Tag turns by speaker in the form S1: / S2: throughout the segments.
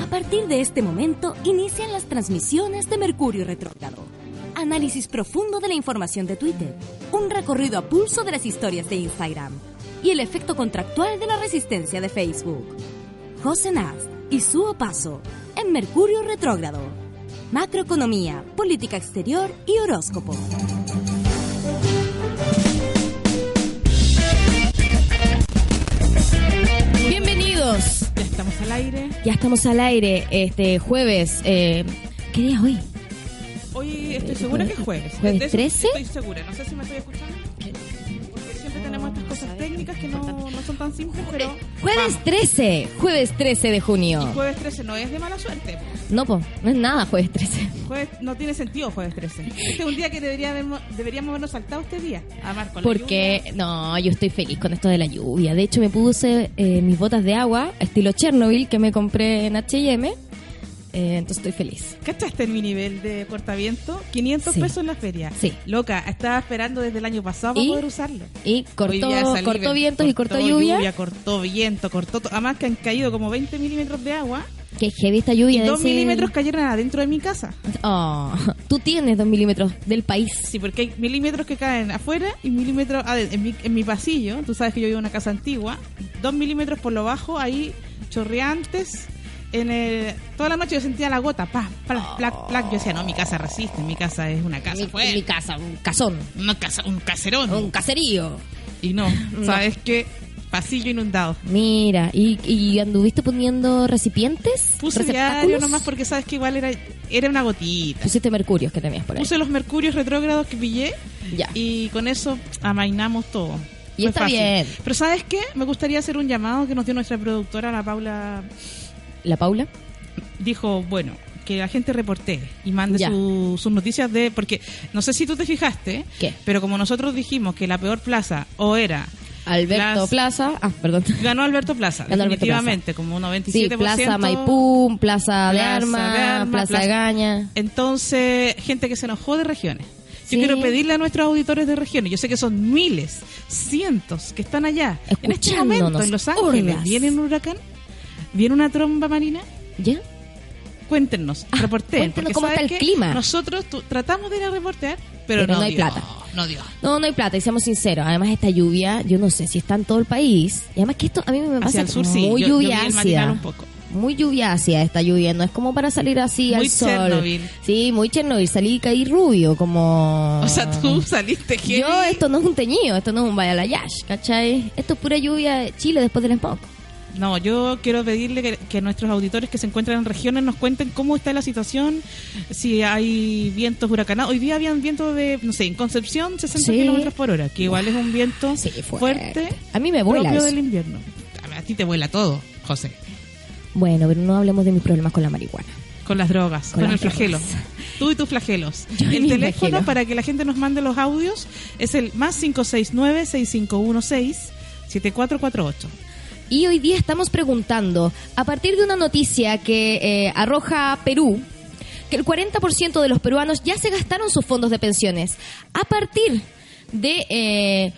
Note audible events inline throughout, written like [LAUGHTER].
S1: A partir de este momento inician las transmisiones de Mercurio Retrógrado. Análisis profundo de la información de Twitter. Un recorrido a pulso de las historias de Instagram. Y el efecto contractual de la resistencia de Facebook. José Naz y su paso en Mercurio Retrógrado. Macroeconomía, política exterior y horóscopo.
S2: Bienvenidos. Ya estamos al aire.
S3: Ya estamos al aire este jueves. eh, ¿Qué día es hoy?
S2: Hoy estoy segura que es jueves.
S3: ¿Jueves Eh.
S2: De eso
S3: 13?
S2: Estoy segura. No sé si me estoy escuchando. Porque siempre tenemos estas cosas técnicas que no, no son tan simples, pero
S3: Jueves 13, jueves 13 de junio.
S2: jueves 13 no es de mala suerte.
S3: No, po, no es nada jueves 13.
S2: Jueves, no tiene sentido jueves 13. Este es un día que debería, deberíamos habernos saltado este día. Además, con la
S3: Porque, no, yo estoy feliz con esto de la lluvia. De hecho, me puse eh, mis botas de agua, estilo Chernobyl, que me compré en H&M. Eh, entonces estoy feliz.
S2: ¿Cachaste mi nivel de cortaviento? 500
S3: Sí.
S2: pesos en la feria.
S3: Sí.
S2: Loca, estaba esperando desde el año pasado para
S3: ¿Y?
S2: poder usarlo.
S3: Y
S2: Hoy día
S3: cortó,
S2: salí,
S3: cortó
S2: ven,
S3: vientos y cortó lluvia.
S2: Cortó viento, cortó. to- Además que han caído como 20 milímetros de agua.
S3: Qué heavy esta lluvia.
S2: Y
S3: debe
S2: 2
S3: ser-
S2: milímetros cayeron adentro de mi casa.
S3: Oh, [LAUGHS] tú tienes dos milímetros del país.
S2: Sí, porque hay milímetros que caen afuera y milímetros aden- en mi, en mi pasillo. Tú sabes que yo vivo en una casa antigua. Dos milímetros por lo bajo, ahí chorreantes. En el- toda la noche yo sentía la gota, pa, pa, plac, plac. Yo decía, no, mi casa resiste, mi casa es una casa
S3: Mi,
S2: fuerte,
S3: mi casa, un casón,
S2: una casa, un caserón.
S3: un caserío. [LAUGHS]
S2: Y no, ¿sabes qué? Pasillo inundado.
S3: Mira, ¿y, y anduviste poniendo recipientes?
S2: Puse diario
S3: ¿Receptáculos?
S2: nomás porque sabes que igual era, era una gotita.
S3: Pusiste mercurios que tenías por ahí.
S2: Puse los mercurios retrógrados que pillé
S3: Ya.
S2: y con eso amainamos todo.
S3: Y
S2: Fue
S3: está bien.
S2: Pero ¿sabes qué? Me gustaría hacer un llamado que nos dio nuestra productora, la Paula.
S3: ¿La Paula?
S2: Dijo, bueno, que la gente reporte y mande
S3: Ya.
S2: su- sus noticias de... Porque no sé si tú te fijaste,
S3: ¿Qué?
S2: pero como nosotros dijimos que la peor plaza o era...
S3: Alberto Plaza. Ah, perdón.
S2: Ganó Alberto Plaza,
S3: Ganó Alberto
S2: definitivamente, como un 97%.
S3: Sí, Plaza Maipú, Plaza de
S2: Plaza
S3: Armas,
S2: de Armas,
S3: Plaza,
S2: Plaza-
S3: de Gaña.
S2: Entonces, gente que se enojó de regiones.
S3: Sí.
S2: Yo quiero pedirle a nuestros auditores de regiones, yo sé que son miles, cientos que están allá. En este momento,
S3: Escuchándonos,
S2: en Los Ángeles,
S3: hordas.
S2: viene un huracán, viene una tromba marina.
S3: ¿Ya?
S2: Cuéntenos, reporteen.
S3: Ah, cuéntenos
S2: porque
S3: cómo está
S2: ¿sabes
S3: el
S2: qué?
S3: clima.
S2: Nosotros tu- tratamos de ir a reportear, pero,
S3: Pero
S2: no,
S3: no hay
S2: dio,
S3: plata.
S2: No dio.
S3: No, no hay plata, y seamos sinceros. Además, esta lluvia, yo no sé si está en todo el país. Y además que esto a mí me pasa
S2: Hacia el sur, sí.
S3: muy
S2: Yo- yo vi
S3: lluvia
S2: el matinal
S3: ácida.
S2: un poco.
S3: Muy lluvia ácida esta lluvia, no es como para salir así
S2: Muy
S3: al sol.
S2: Chernobyl.
S3: Sí, muy Chernobyl. Salí y caí rubio, como...
S2: O sea, tú saliste heavy.
S3: Ah. Yo, esto no es un teñido, esto no es un Bayalayash, ¿cachai? Esto es pura lluvia de Chile después del smog.
S2: No, yo quiero pedirle que, que nuestros auditores que se encuentran en regiones nos cuenten cómo está la situación, si hay vientos huracanados. Hoy día habían vientos de, no sé, en Concepción 60
S3: Sí.
S2: kilómetros por hora, que igual es un viento
S3: Sí, fuerte.
S2: Ah, fuerte.
S3: A mí me vuela
S2: propio
S3: eso.
S2: del invierno. A a ti te vuela todo, José.
S3: Bueno, pero no hablemos de mis problemas con la marihuana.
S2: Con las drogas,
S3: Con
S2: con,
S3: las
S2: el flagelo.
S3: drogas.
S2: Tú y tus flagelos.
S3: [LAUGHS] Yo y
S2: el
S3: mi
S2: teléfono
S3: flagelo.
S2: para que la gente nos mande los audios es el más 569-6516-7448.
S3: Y hoy día estamos preguntando, a partir de una noticia que eh, arroja Perú, que el 40% de los peruanos ya se gastaron sus fondos de pensiones, a partir de eh,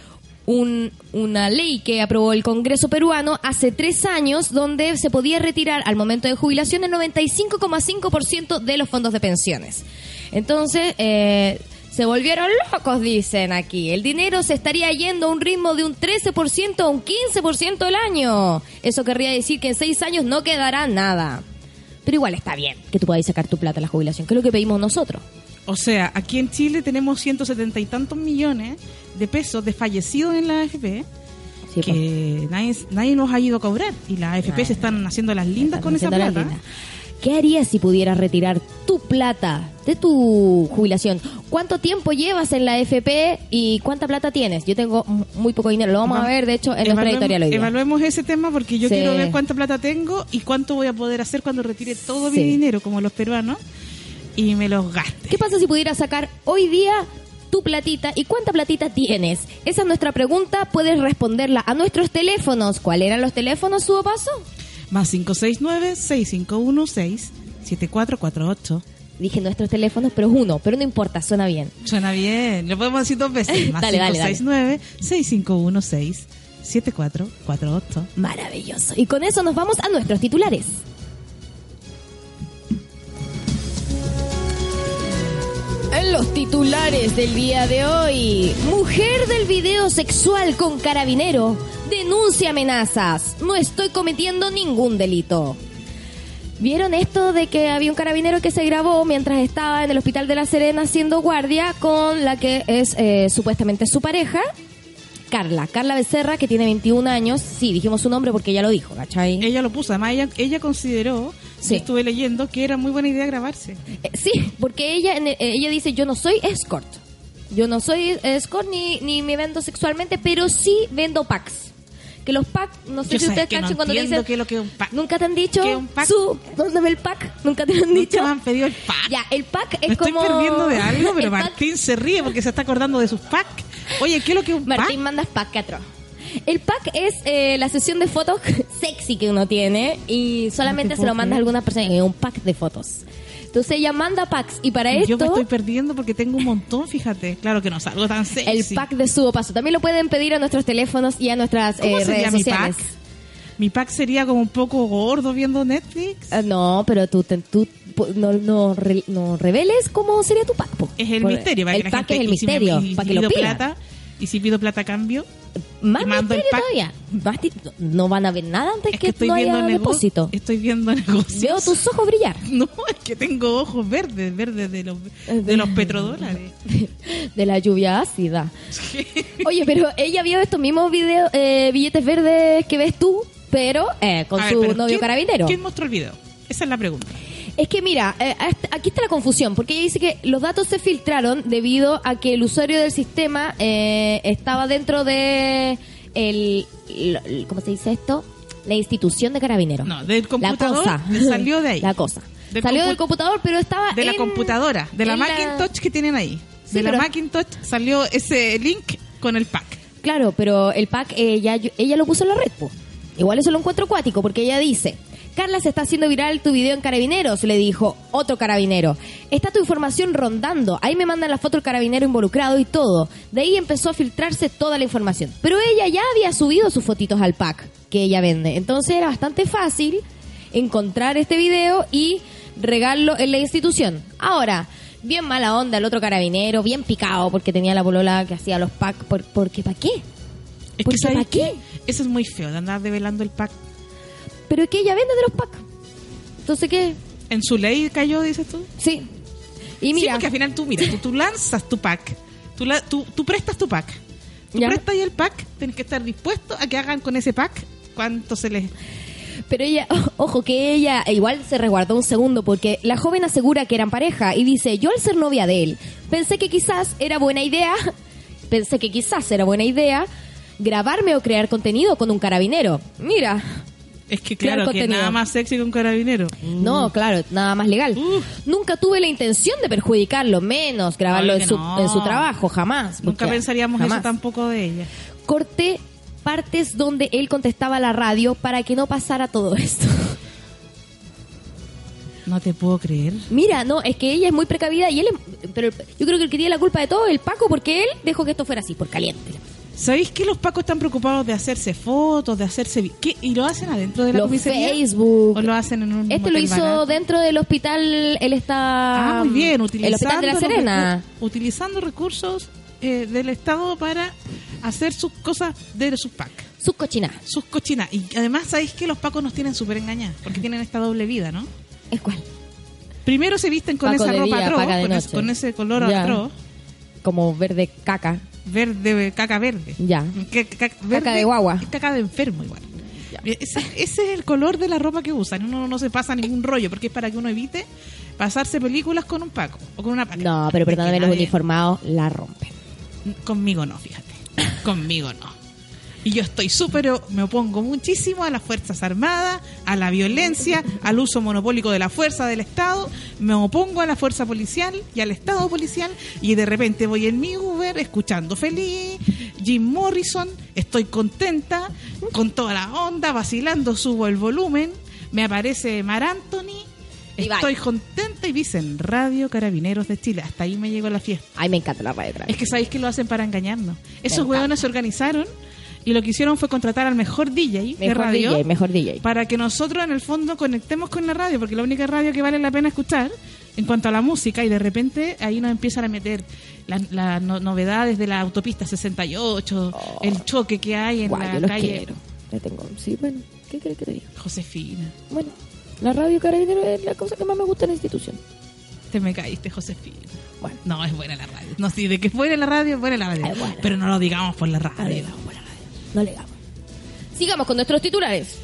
S3: un- una ley que aprobó el Congreso peruano hace tres años, donde se podía retirar al momento de jubilación el 95,5% de los fondos de pensiones. Entonces, eh, se volvieron locos, dicen aquí. El dinero se estaría yendo a un ritmo de un 13% a un 15% el año. Eso querría decir que en seis años no quedará nada. Pero igual está bien que tú podáis sacar tu plata a la jubilación, que es lo que pedimos nosotros.
S2: O sea, aquí en Chile tenemos 170 y tantos millones de pesos de fallecidos en la AFP
S3: Sí, pues,
S2: que nadie, nadie nos ha ido a cobrar y las AFP se están haciendo las lindas
S3: están
S2: con esa
S3: haciendo la
S2: plata.
S3: linda. ¿Qué harías si pudieras retirar tu tu plata, de tu jubilación, ¿cuánto tiempo llevas en la FP y cuánta plata tienes? Yo tengo m- muy poco dinero, lo vamos a
S2: Ajá.
S3: ver, de hecho, en nuestra
S2: Evaluemos-
S3: editorial hoy. día.
S2: Evaluemos ese tema porque yo
S3: Sí.
S2: quiero ver cuánta plata tengo y cuánto voy a poder hacer cuando retire todo
S3: Sí.
S2: mi dinero, como los peruanos, y me los gaste.
S3: ¿Qué pasa si pudieras sacar hoy día tu platita y cuánta platita tienes? Esa es nuestra pregunta, puedes responderla a nuestros teléfonos. ¿Cuáles eran los teléfonos, Subo Paso?
S2: Más 569-6516-7448.
S3: Dije nuestros teléfonos, pero es uno, pero no importa, suena bien.
S2: Suena bien, lo podemos decir dos veces. Más
S3: [LAUGHS] Dale, dale, dale.
S2: 569-6516-7448.
S3: Maravilloso. Y con eso nos vamos a nuestros titulares. En los titulares del día de hoy, mujer del video sexual con carabinero denuncia amenazas. No estoy cometiendo ningún delito. ¿Vieron esto de que había un carabinero que se grabó mientras estaba en el hospital de La Serena haciendo guardia con la que es eh, supuestamente su pareja? Carla, Carla Becerra, que tiene 21 años. Sí, dijimos su nombre porque ya lo dijo, ¿cachai?
S2: Ella lo puso, además ella, ella consideró,
S3: Sí.
S2: yo estuve leyendo, que era muy buena
S3: [LAUGHS]
S2: idea grabarse.
S3: Eh, Sí, porque ella en el- eh, ella dice, yo no soy escort. Yo no soy escort ni, ni me vendo sexualmente, pero sí vendo packs. Que los packs, no sé
S2: Yo
S3: si
S2: sabes
S3: ustedes
S2: que no
S3: cachan cuando te
S2: entiendo
S3: dicen...
S2: qué es lo que es un pack.
S3: ¿Nunca te han dicho?
S2: ¿Qué es un pack?
S3: Su, ¿Dónde ve el pack? ¿Nunca te lo han dicho?
S2: Nunca me han pedido el pack.
S3: Ya, el pack es
S2: Me
S3: como...
S2: estoy perdiendo de
S3: [LAUGHS]
S2: algo,
S3: el
S2: pero
S3: pack-
S2: Martín se ríe porque se está acordando de sus packs. Oye, ¿qué es lo que es un
S3: Martín
S2: pack?
S3: mandas pack, atroz. El pack es eh, la sesión de fotos [LAUGHS] sexy que uno tiene y solamente
S2: No
S3: se
S2: te
S3: lo
S2: puedo
S3: mandas a
S2: creer.
S3: alguna persona en un pack de fotos. Entonces ella manda packs y para esto...
S2: Yo me estoy perdiendo porque tengo un montón, fíjate. Claro que no salgo tan sexy.
S3: El pack de Subo Paso. También lo pueden pedir a nuestros teléfonos y a nuestras
S2: ¿Cómo
S3: eh,
S2: sería
S3: redes
S2: mi
S3: sociales.
S2: pack? Mi pack sería como un poco gordo viendo Netflix.
S3: Ah, no, pero tú, te- tú po- no, no, re- no reveles cómo sería tu pack. po.
S2: Es el
S3: Por-
S2: misterio. Para
S3: el
S2: que la
S3: pack
S2: gente,
S3: es el
S2: y si me-
S3: misterio,
S2: y si
S3: para que lo
S2: pido
S3: pida.
S2: plata, y si pido plata a cambio.
S3: Más
S2: y mando el
S3: misterio
S2: pack.
S3: todavía. Más ti- no van a ver nada antes que,
S2: Es que estoy
S3: no
S2: viendo
S3: haya
S2: nego-
S3: depósito.
S2: Estoy viendo negocios.
S3: Veo tus ojos brillar.
S2: [LAUGHS] No, es que tengo ojos verdes, verdes de los,
S3: Eh,
S2: de los
S3: [LAUGHS]
S2: petrodólares. [LAUGHS]
S3: de la lluvia ácida. Oye,
S2: [LAUGHS]
S3: pero ella vio estos mismos video- eh, billetes verdes que ves tú, pero eh, con
S2: A ver,
S3: su
S2: pero
S3: novio
S2: ¿quién-
S3: carabinero.
S2: ¿Quién mostró el video? Esa es la pregunta.
S3: Es que mira, eh, hasta- aquí está la confusión, porque ella dice que los datos se filtraron debido a que el usuario del sistema eh, estaba dentro de el, el- el- ¿cómo se dice esto? La institución de carabineros.
S2: No, del
S3: la
S2: computador,
S3: cosa.
S2: salió de ahí.
S3: La cosa.
S2: Del
S3: salió
S2: compu-
S3: del computador, pero estaba
S2: De la
S3: en-
S2: computadora, de la
S3: en la-
S2: Macintosh que tienen ahí.
S3: Sí,
S2: de la
S3: pero-
S2: Macintosh salió ese link con el pack.
S3: Claro, pero el pack eh, ya yo- ella lo puso en la red. po. Igual eso lo encuentro acuático porque ella dice, Carla se está haciendo viral tu video en carabineros, le dijo otro carabinero. Está tu información rondando, ahí me mandan la foto del carabinero involucrado y todo. De ahí empezó a filtrarse toda la información. Pero ella ya había subido sus fotitos al pack que ella vende, entonces era bastante fácil encontrar este video y regarlo en la institución. Ahora, bien mala onda el otro carabinero, bien picado porque tenía la polola que hacía los packs, por, porque ¿para qué?
S2: Es
S3: Porque
S2: que ¿sabes
S3: ¿pa' qué?
S2: qué? Eso es muy feo, de andar develando el pack.
S3: Pero es que ella vende de los packs. Entonces, ¿qué?
S2: En su ley cayó, dices tú.
S3: Sí. Y
S2: Sí,
S3: mira,
S2: porque al final tú, mira, tú, tú lanzas tu pack. Tú, la- tú, tú prestas tu pack. Tú
S3: Ya.
S2: prestas ahí el pack, tienes que estar dispuesto a que hagan con ese pack cuánto se les...
S3: pero ella, [LAUGHS] ojo, que ella e igual se resguardó un segundo porque la joven asegura que eran pareja y dice, yo al ser novia de él, pensé que quizás era buena idea, [LAUGHS] pensé que quizás era buena idea grabarme o crear contenido con un carabinero. Mira,
S2: Es que
S3: Crear
S2: claro, que
S3: contenido.
S2: nada más sexy que un carabinero.
S3: No, claro, nada más legal.
S2: Mm. Uf.
S3: Nunca tuve la intención de perjudicarlo, menos grabarlo
S2: Obvio
S3: en
S2: que
S3: su,
S2: no.
S3: en su trabajo, jamás.
S2: Nunca
S3: porque
S2: pensaríamos
S3: jamás.
S2: eso tampoco de ella.
S3: Corté partes donde él contestaba a la radio para que no pasara todo [LAUGHS] esto.
S2: No te puedo creer.
S3: Mira, no, es que ella es muy precavida y él es- Pero yo creo que el que tiene la culpa de todo es el Paco porque él dejó que esto fuera así, por caliente.
S2: ¿Sabéis que los pacos están preocupados de hacerse fotos, de hacerse... vi- ¿Qué? ¿Y lo hacen adentro de la
S3: Los
S2: comisaría?
S3: Facebook.
S2: ¿O lo hacen en un
S3: Este lo
S2: motel
S3: hizo
S2: barato?
S3: dentro del hospital, él está...
S2: Ah, muy bien,
S3: El
S2: utilizando...
S3: hospital de La
S2: los
S3: Serena.
S2: recu- utilizando recursos eh, del Estado para hacer sus cosas de sus packs.
S3: Sus cochinadas.
S2: Sus cochinas. Y además, ¿sabéis que los pacos nos tienen súper engañados? Porque tienen esta doble vida, ¿no?
S3: ¿Es cual?
S2: Primero se visten con
S3: Paco
S2: esa
S3: de
S2: ropa
S3: día,
S2: atroz,
S3: paca de
S2: con, ese-
S3: noche.
S2: con ese color
S3: Ya.
S2: atroz,
S3: Como verde caca.
S2: verde, caca verde.
S3: Ya.
S2: Que- que- verde-
S3: de guagua.
S2: es Caca de enfermo igual. Ese, ese es el color de la ropa que usan. Uno no se pasa ningún rollo porque es para que uno evite pasarse películas con un Paco o con una Paca.
S3: No, pero perdóname,
S2: Es que
S3: los
S2: nadie-
S3: uniformados la rompen.
S2: Conmigo no, fíjate. Conmigo no. Y yo estoy súper, me opongo muchísimo a las Fuerzas Armadas, a la violencia, al uso monopólico de la fuerza del Estado, me opongo a la fuerza policial y al Estado policial, y de repente voy en mi Uber escuchando feliz, Jim Morrison, estoy contenta, con toda la onda, vacilando, subo el volumen, me aparece Mar Anthony,
S3: Y va.
S2: estoy contenta y dicen Radio Carabineros de Chile, hasta ahí me llegó la fiesta.
S3: Ay, me encanta la radio otra
S2: Es que sabéis que lo hacen para engañarnos. Esos
S3: encanta.
S2: hueones se organizaron y lo que hicieron fue contratar al mejor DJ de
S3: Mejor
S2: radio
S3: DJ, mejor DJ.
S2: para que nosotros en el fondo conectemos con la radio, porque la única radio que vale la pena escuchar en cuanto a la música y de repente ahí nos empiezan a meter las las no- novedades de la autopista 68, el choque que hay en
S3: Oh. Guau, yo
S2: la
S3: los
S2: calle
S3: quiero. Le tengo. Sí, bueno, ¿qué crees que te diga?
S2: Josefina.
S3: Bueno, la radio carabinero es la cosa que más me gusta en la institución.
S2: Te me caíste, Josefina.
S3: Bueno.
S2: No, es buena la radio. No, sí, de que es buena la radio, es buena la radio.
S3: Es buena.
S2: Pero no lo digamos por la
S3: No le
S2: radio.
S3: damos, buena radio. No le damos. Sigamos con nuestros titulares.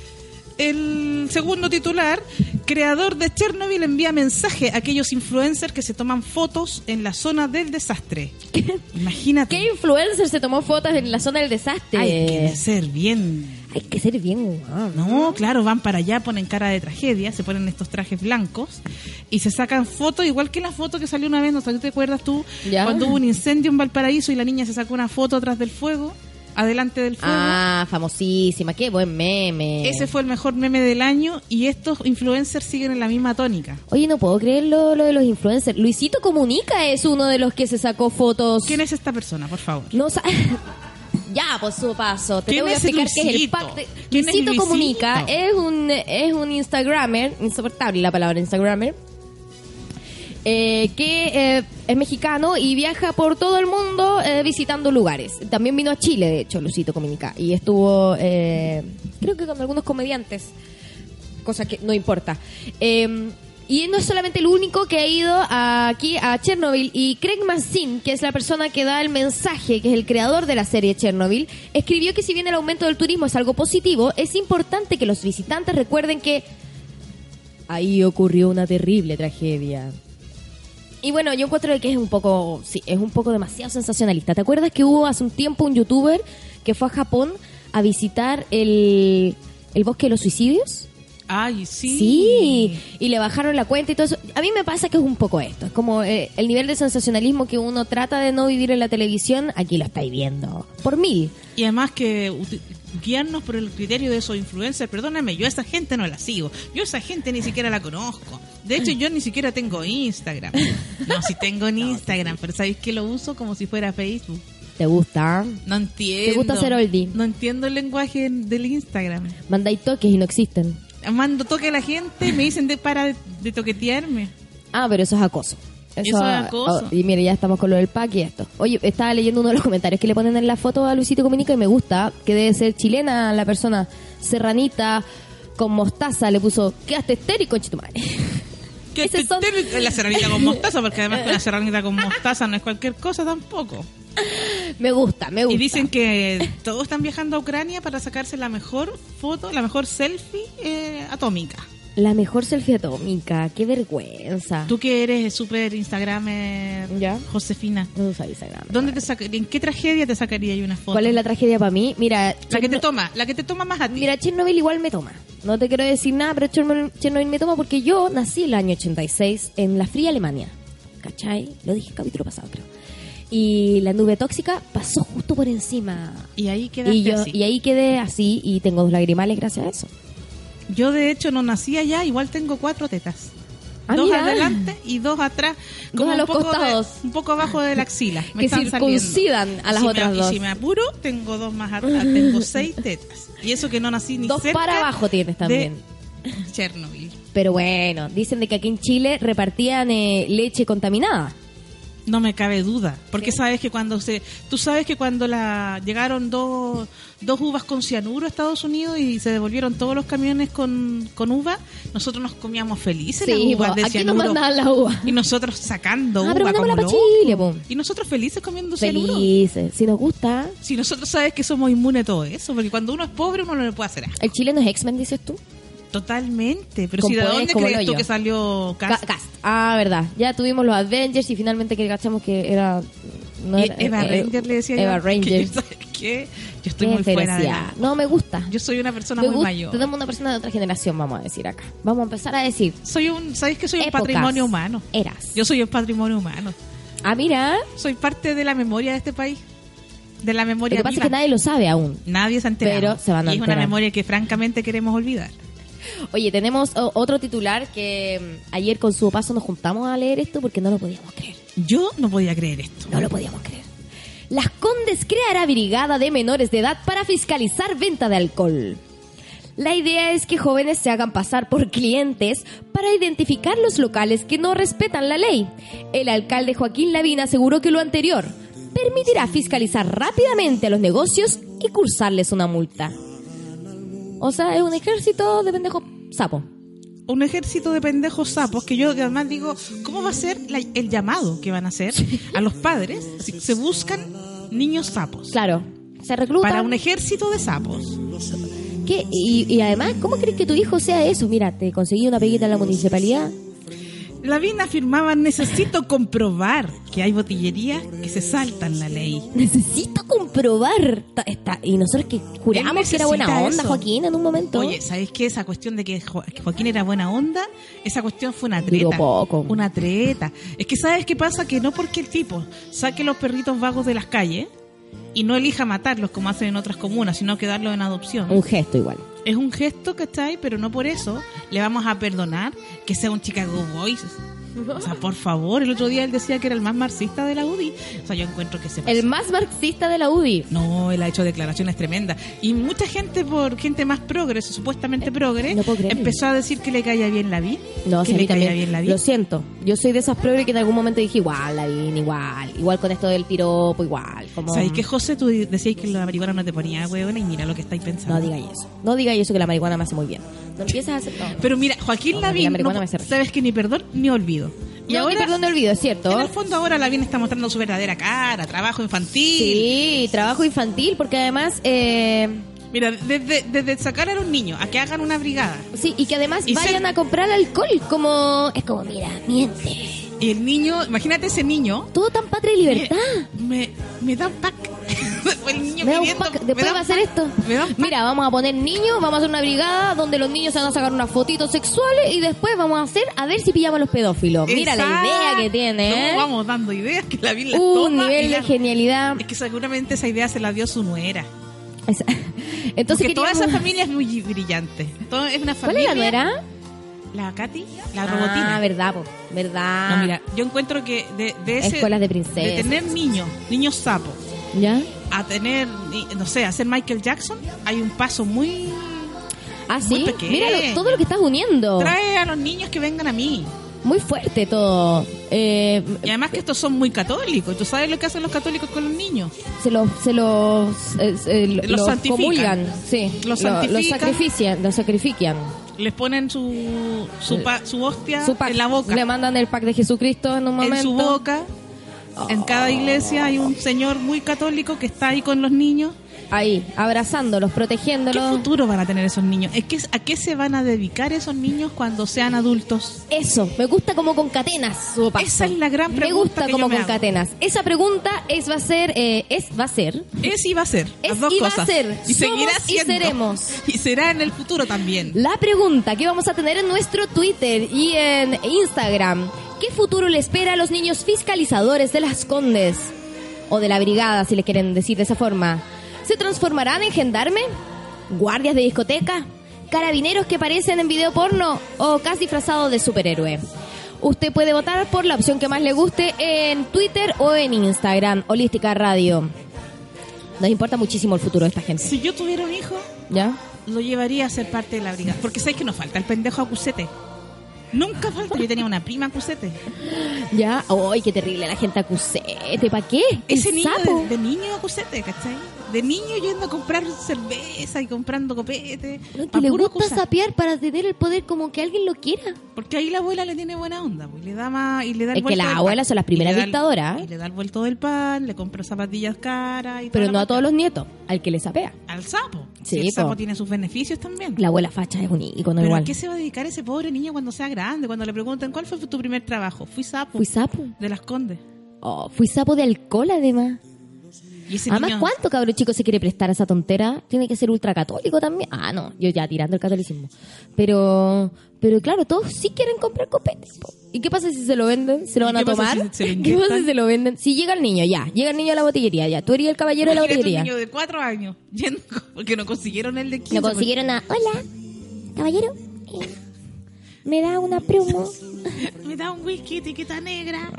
S2: El segundo titular, creador de Chernobyl envía mensaje a aquellos influencers que se toman fotos en la zona del desastre. Imagínate.
S3: ¿Qué influencer se tomó fotos en la zona del desastre?
S2: Hay que ser bien.
S3: Hay que ser bien humano.
S2: No, claro, van para allá, ponen cara de tragedia, se ponen estos trajes blancos y se sacan fotos, igual que la foto que salió una vez, no sé si te acuerdas tú,
S3: Ya.
S2: cuando hubo un incendio en Valparaíso y la niña se sacó una foto atrás del fuego, adelante del fuego.
S3: Ah, famosísima. Qué buen meme.
S2: Ese fue el mejor meme del año y estos influencers siguen en la misma tónica.
S3: Oye, no puedo creer lo, lo de los influencers. Luisito Comunica es uno de los que se sacó fotos.
S2: ¿Quién es esta persona, por favor?
S3: No sa- [LAUGHS] Ya, por su paso. Te
S2: ¿Quién
S3: tengo que
S2: es
S3: explicar qué es el
S2: Luisito?
S3: pack de...
S2: ¿Quién es
S3: Luisito
S2: Luisito?
S3: Comunica es un, es un Instagramer, insoportable la palabra Instagramer, eh, que eh, es mexicano y viaja por todo el mundo eh, visitando lugares. También vino a Chile, de hecho, Luisito Comunica. Y estuvo, eh, creo que con algunos comediantes cosa que no importa. Eh, y él no es solamente el único que ha ido a- aquí a Chernobyl. Y Craig Mazin, que es la persona que da el mensaje, que es el creador de la serie Chernobyl, escribió que si bien el aumento del turismo es algo positivo, es importante que los visitantes recuerden que ahí ocurrió una terrible tragedia. Y bueno, yo encuentro que es un poco, sí, es un poco demasiado sensacionalista. ¿Te acuerdas que hubo hace un tiempo un youtuber que fue a Japón a visitar el, el bosque de los suicidios?
S2: Ay, sí.
S3: Sí, y le bajaron la cuenta y todo eso. A mí me pasa que es un poco esto, es como eh, el nivel de sensacionalismo que uno trata de no vivir en la televisión, aquí lo estáis viendo. Por mil.
S2: Y además que uti- guiarnos por el criterio de esos influencers. Perdóname, yo a esa gente no la sigo. Yo a esa gente ni siquiera la conozco. De hecho, yo ni siquiera tengo Instagram. No, sí
S3: [LAUGHS]
S2: tengo en Instagram, pero ¿sabéis que lo uso como si fuera Facebook?
S3: ¿Te gusta?
S2: No entiendo.
S3: ¿Te gusta ser oldie?
S2: No entiendo el lenguaje del Instagram.
S3: Mandáis toques y no existen.
S2: Mando toque a la gente, me dicen de para de, de toquetearme.
S3: Ah, pero eso es acoso.
S2: Eso es acoso.
S3: oh, y mire, ya estamos con lo del pack y esto. Oye, estaba leyendo uno de los comentarios que le ponen en la foto a Luisito Comunica y me gusta, que debe ser chilena la persona, serranita, con mostaza, le puso, quedaste estérico, madre [LAUGHS]
S2: Que
S3: Ese
S2: te-
S3: son-
S2: te- La serranita
S3: [LAUGHS]
S2: con mostaza, porque además con la serranita con mostaza no es cualquier cosa tampoco.
S3: Me gusta, me gusta.
S2: Y dicen que todos están viajando a Ucrania para sacarse la mejor foto, la mejor selfie eh, atómica.
S3: La mejor selfie atómica, qué vergüenza.
S2: Tú que eres súper Instagramer,
S3: Ya.
S2: Josefina,
S3: No usas Instagram.
S2: ¿dónde te saca- ¿en qué tragedia te sacaría yo una foto?
S3: ¿Cuál es la tragedia para mí? Mira,
S2: La que te
S3: Cherno-
S2: toma, la que te toma más a ti.
S3: mira, Chernobyl igual me toma. No te quiero decir nada, pero Chernobyl, Chernobyl me toma porque yo nací el año 86 en la fría Alemania. ¿Cachai? Lo dije el capítulo pasado, creo. Y la nube tóxica pasó justo por encima.
S2: y ahí quedaste
S3: Y, yo,
S2: así.
S3: y ahí quedé así y tengo dos lagrimales gracias a eso.
S2: Yo de hecho no nací allá, igual tengo cuatro tetas.
S3: Ah,
S2: dos
S3: mira.
S2: adelante y dos atrás,
S3: Dos a
S2: un
S3: los
S2: poco de-
S3: costados.
S2: un poco abajo de la axila. me
S3: Que
S2: están saliendo.
S3: circuncidan a las
S2: Y si
S3: otras
S2: me-
S3: dos.
S2: Y si me apuro, tengo dos más atrás, tengo seis tetas. Y eso que no nací ni
S3: Dos
S2: cerca
S3: para abajo tienes también.
S2: de Chernobyl.
S3: Pero bueno, dicen de que aquí en Chile repartían eh, leche contaminada.
S2: No me cabe duda, porque sabes que cuando se, tú sabes que cuando la llegaron dos, dos uvas con cianuro a Estados Unidos y se devolvieron todos los camiones con, con uva, nosotros nos comíamos felices las uvas
S3: po,
S2: de
S3: aquí nos
S2: cianuro
S3: mandaban la uva.
S2: [LAUGHS] y nosotros sacando
S3: Ah,
S2: uva
S3: pero mandámosla
S2: como
S3: para
S2: locos.
S3: Chile, po.
S2: y nosotros felices comiendo cianuro.
S3: Felices. Si nos gusta.
S2: Si nosotros sabes que somos inmunes a todo eso, porque cuando uno es pobre uno no le puede hacer asco.
S3: ¿El chileno es X-Men, dices tú?
S2: Totalmente. Pero
S3: Con
S2: si de
S3: poderes
S2: dónde
S3: como el
S2: crees tú
S3: hoyo.
S2: que salió
S3: Ca-
S2: Cast?
S3: Cast. Ah, verdad. Ya tuvimos los Avengers y finalmente que cachamos que era... no
S2: Y
S3: era-
S2: Eva
S3: eh,
S2: Ranger le decía
S3: Eva
S2: yo. [LAUGHS]
S3: Ranger.
S2: que, ¿sabes qué? Yo estoy
S3: Qué
S2: muy fuera de
S3: diferencia.
S2: la-
S3: No, me gusta.
S2: Yo soy una persona
S3: me
S2: muy
S3: gusta.
S2: mayor.
S3: Tenemos una persona de otra generación, vamos a decir acá. Vamos a empezar a decir...
S2: Soy un, ¿sabes que soy un
S3: épocas,
S2: patrimonio humano?
S3: Eras.
S2: Yo soy un patrimonio humano.
S3: Ah, mira.
S2: Soy parte de la memoria de este país. De la
S3: Lo
S2: memoria
S3: que pasa es
S2: viva.
S3: que nadie lo sabe aún.
S2: Nadie se ha enterado.
S3: Pero se van a
S2: y es una
S3: enterar.
S2: memoria que francamente queremos olvidar.
S3: Oye, tenemos o- otro titular que mm, ayer con su paso nos juntamos a leer esto porque no lo podíamos creer.
S2: Yo no podía creer esto.
S3: No lo podíamos creer. Las Condes creará brigada de menores de edad para fiscalizar venta de alcohol. La idea es que jóvenes se hagan pasar por clientes para identificar los locales que no respetan la ley. El alcalde Joaquín Lavín aseguró que lo anterior permitirá fiscalizar rápidamente a los negocios y cursarles una multa. O sea, es un ejército de pendejos sapo.
S2: un ejército de pendejos sapos que yo además digo, ¿cómo va a ser la- el llamado que van a hacer a los padres si se buscan niños sapos?
S3: Claro, se reclutan.
S2: Para un ejército de sapos.
S3: ¿Qué? Y, y además, ¿cómo crees que tu hijo sea eso? Mira, te conseguí una peguita en la municipalidad.
S2: Lavín afirmaba, necesito comprobar que hay botillerías que se saltan la ley.
S3: Necesito comprobar. Ta- está- Y nosotros que
S2: Él
S3: juramos que era buena
S2: necesita
S3: onda,
S2: eso.
S3: Joaquín, en un momento.
S2: Oye, ¿sabes qué? Esa cuestión de que Jo- que Joaquín era buena onda, esa cuestión fue una treta.
S3: Duró poco.
S2: Una treta. Es que ¿sabes qué pasa? Que no porque el tipo saque los perritos vagos de las calles y no elija matarlos como hacen en otras comunas, sino que darlos en adopción.
S3: Un gesto igual.
S2: Es un gesto, ¿cachai? Pero no por eso le vamos a perdonar que sea un Chicago Boys. O sea, por favor, el otro día él decía que era el más marxista de la UDI. O sea, yo encuentro que se pasó.
S3: El más marxista de la UDI.
S2: No, él ha hecho declaraciones tremendas. Y mucha gente, por gente más progres, supuestamente progre,
S3: Eh, no puedo creer.
S2: empezó a decir que le caía bien la vi.
S3: No,
S2: que
S3: sí, a
S2: le
S3: mí
S2: caía
S3: también.
S2: bien la vi.
S3: Lo siento. Yo soy de esas pruebas que en algún momento dije, igual, Lavín, igual. Igual con esto del piropo, igual. Como...
S2: ¿Sabéis que José, tú decías que la marihuana no te ponía huevona y mira lo que estáis pensando?
S3: No digáis eso. No digáis eso que la marihuana me hace muy bien. No empiezas a hacer todo.
S2: Pero mira, Joaquín
S3: No,
S2: Lavín,
S3: la marihuana
S2: no-
S3: me hace reír.
S2: sabes que ni perdón ni olvido. Y
S3: No,
S2: ahora,
S3: ni perdón, no olvido, es cierto.
S2: en el fondo ahora Lavín está mostrando su verdadera cara, trabajo infantil.
S3: Sí, trabajo infantil, porque además, eh,
S2: Mira, desde, desde sacar a un niño a que hagan una brigada
S3: sí, y que además
S2: Y
S3: vayan
S2: ser-
S3: a comprar alcohol, como, es como, mira, miente.
S2: y el niño, imagínate ese niño.
S3: Todo tan patria y libertad.
S2: Me, me da un pack. [LAUGHS] el niño
S3: Me da un
S2: pidiendo,
S3: pack,
S2: me da
S3: después va a
S2: un
S3: hacer esto.
S2: me da un pack.
S3: Mira, vamos a poner niños, vamos a hacer una brigada donde los niños se van a sacar unas fotitos sexuales y después vamos a hacer a ver si pillamos a los pedófilos. Mira la
S2: Exacto.
S3: idea que tiene. ¿eh?
S2: No, vamos dando ideas que la vi las
S3: Un
S2: toma y
S3: nivel de
S2: las- [LAUGHS]
S3: genialidad.
S2: Es que seguramente esa idea se la dio su nuera.
S3: Esa- Entonces,
S2: Porque toda
S3: queríamos-
S2: esa familia es muy brillante. Todo- es una
S3: ¿cuál es
S2: familia.
S3: la nuera?
S2: La Katy, la
S3: Ah,
S2: robotina.
S3: verdad, po, verdad.
S2: No, mira, yo encuentro que de, de ese.
S3: Escuelas de princesas.
S2: De tener niños, niños sapos,
S3: ¿Ya?
S2: a tener, ni- no sé, a ser Michael Jackson, hay un paso muy
S3: Ah,
S2: Muy
S3: sí.
S2: pequeño.
S3: Mira lo- todo lo que estás uniendo.
S2: Trae a los niños que vengan a mí.
S3: Muy fuerte todo. Eh,
S2: Y además que estos son muy católicos. ¿Tú sabes lo que hacen los católicos con los niños?
S3: se los se los, eh, eh,
S2: Los
S3: los
S2: santifican.
S3: comulgan, sí.
S2: Los
S3: Lo- los
S2: santifican.
S3: sacrifician, los sacrifican.
S2: Les ponen su, su, pa- su hostia
S3: Eh, Su pack.
S2: en la boca.
S3: Le mandan el pack de Jesucristo en un momento.
S2: En su boca. En cada iglesia hay un señor muy católico que está ahí con los niños.
S3: Ahí, abrazándolos,
S2: ¿Qué
S3: protegiéndolos.
S2: futuro van a tener esos niños? ¿Es que, ¿A qué se van a dedicar esos niños cuando sean adultos?
S3: Eso, me gusta como con catenas su paso.
S2: Esa es la gran
S3: Me
S2: pregunta
S3: gusta
S2: que
S3: como
S2: yo me
S3: con
S2: hago.
S3: catenas. Esa pregunta es va a ser eh, es va a ser
S2: Es y va a ser.
S3: Es
S2: las dos
S3: y va a
S2: cosas.
S3: ser.
S2: Y seguirá
S3: Somos y
S2: siendo.
S3: seremos.
S2: Y será en el futuro también.
S3: La pregunta que vamos a tener en nuestro Twitter y en Instagram. ¿Qué futuro le espera a los niños fiscalizadores de las Condes? O de la brigada, si le quieren decir de esa forma. ¿Se transformarán en gendarme? ¿Guardias de discoteca? ¿Carabineros que aparecen en video porno? ¿O casi disfrazados de superhéroe? Usted puede votar por la opción que más le guste en Twitter o en Instagram, Holística Radio. Nos importa muchísimo el futuro de esta gente.
S2: Si yo tuviera un hijo,
S3: ¿Ya?
S2: lo llevaría a ser parte de la brigada. Porque sabes que nos falta el pendejo acusete. Nunca falta. Yo tenía una prima acusete.
S3: Ya, ay, qué terrible la gente acusete, ¿para qué? El
S2: Ese niño
S3: sapo.
S2: de, de niño acusete, ¿cachai? de niño yendo a comprar cerveza y comprando copete.
S4: No,
S2: pa'
S4: que le
S2: puro
S4: gusta
S2: cosa.
S4: sapear para tener el poder como que alguien lo quiera.
S2: Porque ahí la abuela le tiene buena onda, pues, le da más y le da el
S3: Es que
S2: vuelto
S3: las
S2: del pan.
S3: abuelas son las
S2: Y
S3: primeras
S2: le da el-
S3: dictadoras.
S2: Y le da el vuelto del pan, le compra zapatillas caras y toda
S3: Pero
S2: la
S3: no a
S2: cuestión.
S3: todos los nietos, al que le sapea.
S2: al sapo.
S3: Sí,
S2: Sí, el sapo
S3: po.
S2: tiene sus beneficios también.
S3: La abuela facha es un ícono
S2: Pero
S3: igual.
S2: ¿a qué se va a dedicar ese pobre niño cuando sea grande? Cuando le preguntan, ¿cuál fue tu primer trabajo? Fui sapo.
S4: Fui sapo.
S2: De las Condes.
S4: Oh, fui sapo de alcohol además.
S2: Y ese
S3: Además,
S2: niño-
S3: ¿cuánto cabro chico se quiere prestar a esa tontera? Tiene que ser ultracatólico también. Ah, no, yo ya tirando el catolicismo. Pero, pero claro, todos sí quieren comprar copetes. po. ¿Y qué pasa si se lo venden? ¿Se lo
S2: ¿Y
S3: van a
S2: qué pasa
S3: tomar?
S2: si se lo
S3: [LAUGHS] ¿Qué pasa
S2: inyectan?
S3: si se lo venden? Si llega el niño, ya. Llega el niño a la botillería, ya. Tú eres el caballero de la
S2: Imagínate
S3: botillería.
S2: un niño de cuatro años. [LAUGHS] Yendo, porque no consiguieron el de 15.
S3: No
S2: porque-
S3: consiguieron nada.
S4: Hola, caballero. eh, ¿Me da una promo?
S2: Me da un whisky etiqueta negra.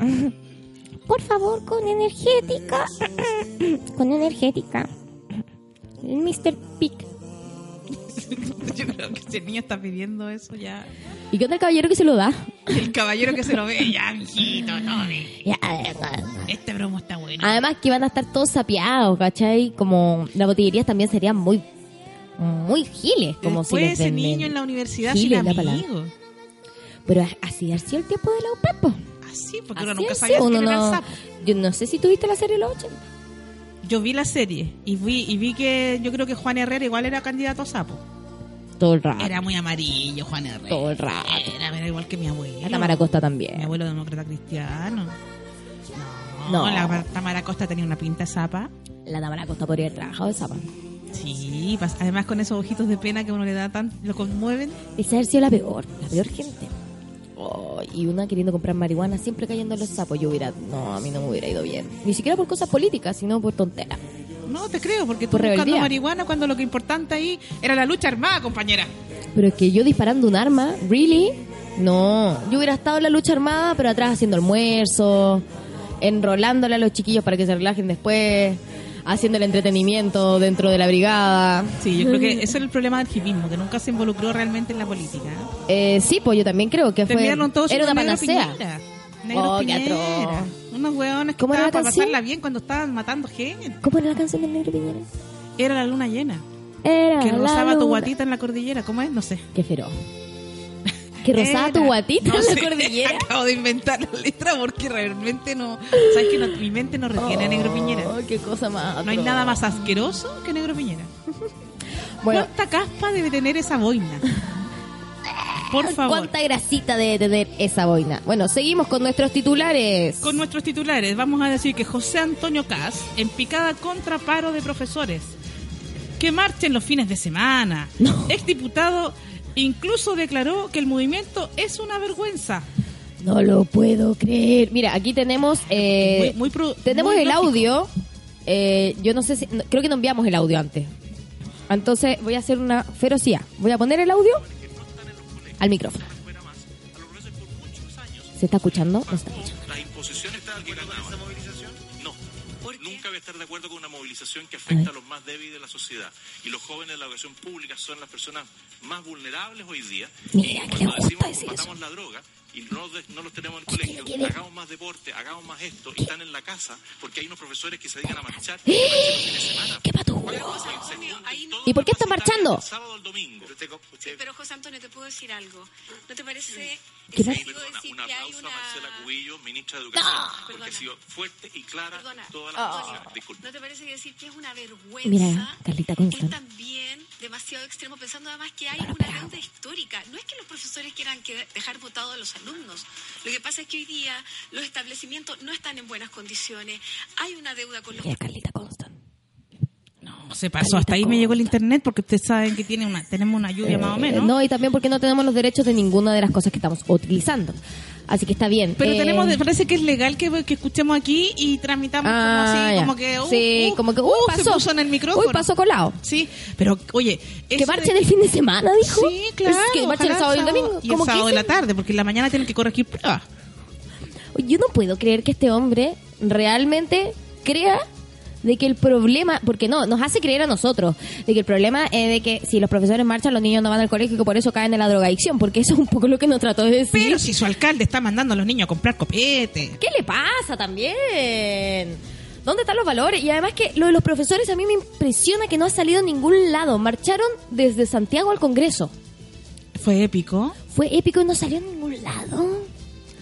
S4: Por favor, con
S3: [LAUGHS]
S4: energética. Con energética. El Mr. Pig.
S2: [LAUGHS] Yo creo que ese niño está pidiendo eso ya.
S3: ¿Y qué tal el caballero que se lo da?
S2: Y el caballero que se lo ve, ya, mijito, tome.
S3: Ya, además-
S2: Este bromo está bueno.
S3: Además que van a estar todos sapeados, ¿cachai? Como las botillerías también serían muy, muy giles. Como
S2: Después
S3: si les
S2: ese
S3: venden-
S2: niño en la universidad
S3: Gil
S2: sin
S3: es la palabra.
S2: amigos.
S3: Pero así ha sido el tiempo de la UPEP. po.
S2: Así, Ah, porque uno
S3: Así
S2: nunca
S3: ha
S2: sabía
S3: sido,
S2: quién
S3: uno
S2: era el
S3: no-
S2: sapo.
S3: Yo no sé si tuviste la serie Los 80.
S2: Yo vi la serie y vi, y vi que yo creo que Juan Herrera igual era candidato a sapo.
S3: Todo el rato.
S2: Era muy amarillo Juan Herrera.
S3: Todo el rato.
S2: Era, era igual que mi abuelo.
S3: La Tamara Costa
S2: Mi
S3: también.
S2: abuelo demócrata cristiano.
S3: No.
S2: No, la Tamara Costa tenía una pinta zapa.
S3: La Tamara Costa podría haber trabajado de zapa.
S2: Sí, pas- además con esos ojitos de pena que uno le da tan, lo conmueven.
S3: Esa ha sido la peor, la peor gente. Oh, y una queriendo comprar marihuana, siempre cayendo en los sapos. Yo hubiera, no, a mí no me hubiera ido bien. Ni siquiera por cosas políticas, sino por tonteras.
S2: No te creo, porque tú
S3: Por
S2: buscando
S3: rebeldía.
S2: marihuana cuando lo que importante ahí era la lucha armada, compañera.
S3: Pero es que yo disparando un arma, ¿really? No. Yo hubiera estado en la lucha armada, pero atrás haciendo almuerzo, enrolándole a los chiquillos para que se relajen después, haciendo el entretenimiento dentro de la brigada.
S2: Sí, yo
S3: [LAUGHS]
S2: creo que ese era el problema del hipismo, que nunca se involucró realmente en la política.
S3: Eh, sí, pues yo también creo que fue.
S2: Terminaron todos
S3: Era una
S2: siendo negro
S3: panacea.
S2: Piñera. Negro
S3: Oh, qué
S2: Piñera.
S3: atroz.
S2: Unos hueones que
S3: ¿Cómo era
S2: estaban
S3: la
S2: para
S3: canción?
S2: pasarla bien cuando estaban matando gente.
S4: ¿Cómo era la canción del negro Piñera?
S2: Era la luna llena.
S4: Era
S2: Que
S4: la
S2: rozaba tu
S4: luna.
S2: guatita en la cordillera. ¿Cómo es? No sé.
S3: Qué feroz. Que rozaba
S2: Era.
S3: tu guatita
S2: No [LAUGHS]
S3: en la
S2: sé,
S3: cordillera.
S2: Acabo de inventar la letra porque realmente no. ¿Sabes que no, mi mente no retiene a Negro Piñera?
S3: Oh, qué cosa más.
S2: No hay
S3: atroz.
S2: nada más asqueroso que Negro Piñera.
S3: Bueno,
S2: ¿Cuánta caspa debe tener esa boina? Por
S3: [LAUGHS]
S2: favor.
S3: ¿Cuánta grasita debe tener esa boina? Bueno, seguimos con nuestros titulares.
S2: Con nuestros titulares, vamos a decir que José Antonio Cas, en picada contra paro de profesores, que marchen los fines
S3: [LAUGHS]
S2: de semana, exdiputado incluso declaró que el movimiento es una vergüenza.
S3: No lo puedo creer. Mira, aquí tenemos eh,
S2: Muy- muy pro-
S3: tenemos
S2: muy
S3: el
S2: lógico.
S3: audio. Eh, yo no sé si no- creo que no enviamos el audio antes. Entonces voy a hacer una ferocidad. Voy a poner el audio al micrófono. ¿Se está escuchando? No está escuchando.
S5: Las imposiciones de alguien esa movilización? No. Nunca voy a estar de acuerdo con una movilización que
S3: A
S5: afecta
S3: ver.
S5: a los más débiles de la sociedad. Y los jóvenes de la educación pública son las personas más vulnerables hoy día.
S3: Mira,
S5: y
S3: que le
S5: cuando
S3: gusta
S5: decimos
S3: decir
S5: combatamos la droga y no, de- no los tenemos en el colegio,
S3: tiene que ver?
S5: hagamos más deporte, hagamos más esto, y están en la casa porque hay unos profesores que se dedican a marchar. y que marchan los fines de semana.
S3: ¿Eh? ¡Qué patú!
S5: Oiga, pues, se- se- todo
S3: ¿Y por qué están
S5: capacitable
S3: marchando?
S5: el Sábado al domingo.
S6: Pero José Antonio, te puedo decir algo. ¿No te parece
S3: ¿Qué
S6: es
S3: pasa?
S6: algo
S5: Perdona,
S6: decir
S5: un
S6: que hay
S5: aplauso
S6: una... Ah,
S5: a Marcela Cubillo, ministra de Educación, porque ha sido fuerte y clara
S6: Perdona. Ah.
S5: en todas las cuestiones. Disculpe.
S6: ¿No te parece que decir que es una vergüenza?
S3: Mira, Carlita Constant.
S6: Es también demasiado extremo, pensando además que hay una deuda histórica. No es que los profesores quieran que- dejar votados a los alumnos. Lo que pasa es que hoy día los establecimientos no están en buenas condiciones. Hay una deuda con los
S3: Mira, Carlita Constant.
S2: No, se pasó. Hasta ahí me llegó el internet porque ustedes saben que tiene una, tenemos una lluvia más o menos.
S3: Eh, no, y también porque no tenemos los derechos de ninguna de las cosas que estamos utilizando. Así que está bien.
S2: Pero
S3: Eh,
S2: tenemos, de- parece que es legal que, que escuchemos aquí y tramitamos como
S3: Ah,
S2: así,
S3: ya.
S2: como que, uh,
S3: sí,
S2: uh,
S3: como que, uy,
S2: uh,
S3: pasó.
S2: se puso en el micrófono.
S3: Uy, pasó colado.
S2: Sí, pero oye,
S3: Que
S2: eso
S3: marchen
S2: de-
S3: el fin de semana, dijo.
S2: Sí, claro.
S3: Es que marchen el sábado
S2: ojalá
S3: y el domingo.
S2: Y el
S3: Como que
S2: sábado de la
S3: ese-
S2: tarde, porque en la mañana tienen que corregir pruebas.
S3: Yo no puedo creer que este hombre realmente crea de que el problema, porque no, nos hace creer a nosotros, de que el problema es de que si los profesores marchan, los niños no van al colegio y que por eso caen en la drogadicción, porque eso es un poco lo que nos trató de decir.
S2: Pero si su alcalde está mandando a los niños a comprar copete.
S3: ¿Qué le pasa también? ¿Dónde están los valores? Y además que lo de los profesores a mí me impresiona que no ha salido en ningún lado. Marcharon desde Santiago al Congreso.
S2: Fue épico.
S3: Fue épico y no salió en ningún lado.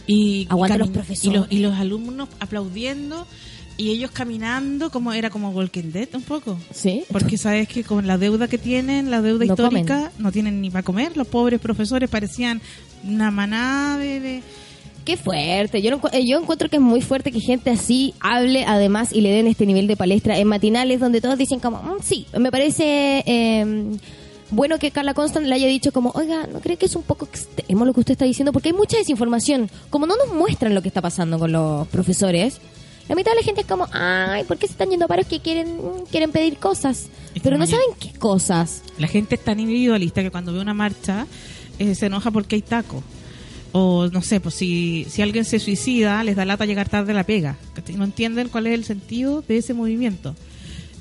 S2: Y,
S3: Aguante
S2: camin-
S3: los
S2: y
S3: profesores.
S2: los, y los alumnos aplaudiendo y ellos caminando como era como Walking Dead un poco.
S3: Sí.
S2: Porque sabes que con la deuda que tienen, la deuda
S3: No
S2: histórica, no tienen ni para comer. Los pobres profesores parecían una manada de... de-
S3: Qué fuerte. Yo, lo encu- eh, yo encuentro que es muy fuerte que gente así hable además y le den este nivel de palestra en matinales donde todos dicen como, "Mm, sí, me parece eh, bueno que Carla Constant le haya dicho como, oiga, ¿no cree que es un poco extremo lo que usted está diciendo? Porque hay mucha desinformación. Como no nos muestran lo que está pasando con los profesores, la mitad de la gente es como, ay, ¿por qué se están yendo a paros que quieren, mm, quieren pedir cosas?
S2: Es
S3: Pero
S2: que
S3: no
S2: vaya.
S3: saben qué cosas.
S2: La gente es tan individualista que cuando ve una marcha eh, se enoja porque hay taco. O no sé, pues si, si alguien se suicida, les da lata llegar tarde a la pega. ¿cachai? No entienden cuál es el sentido de ese movimiento.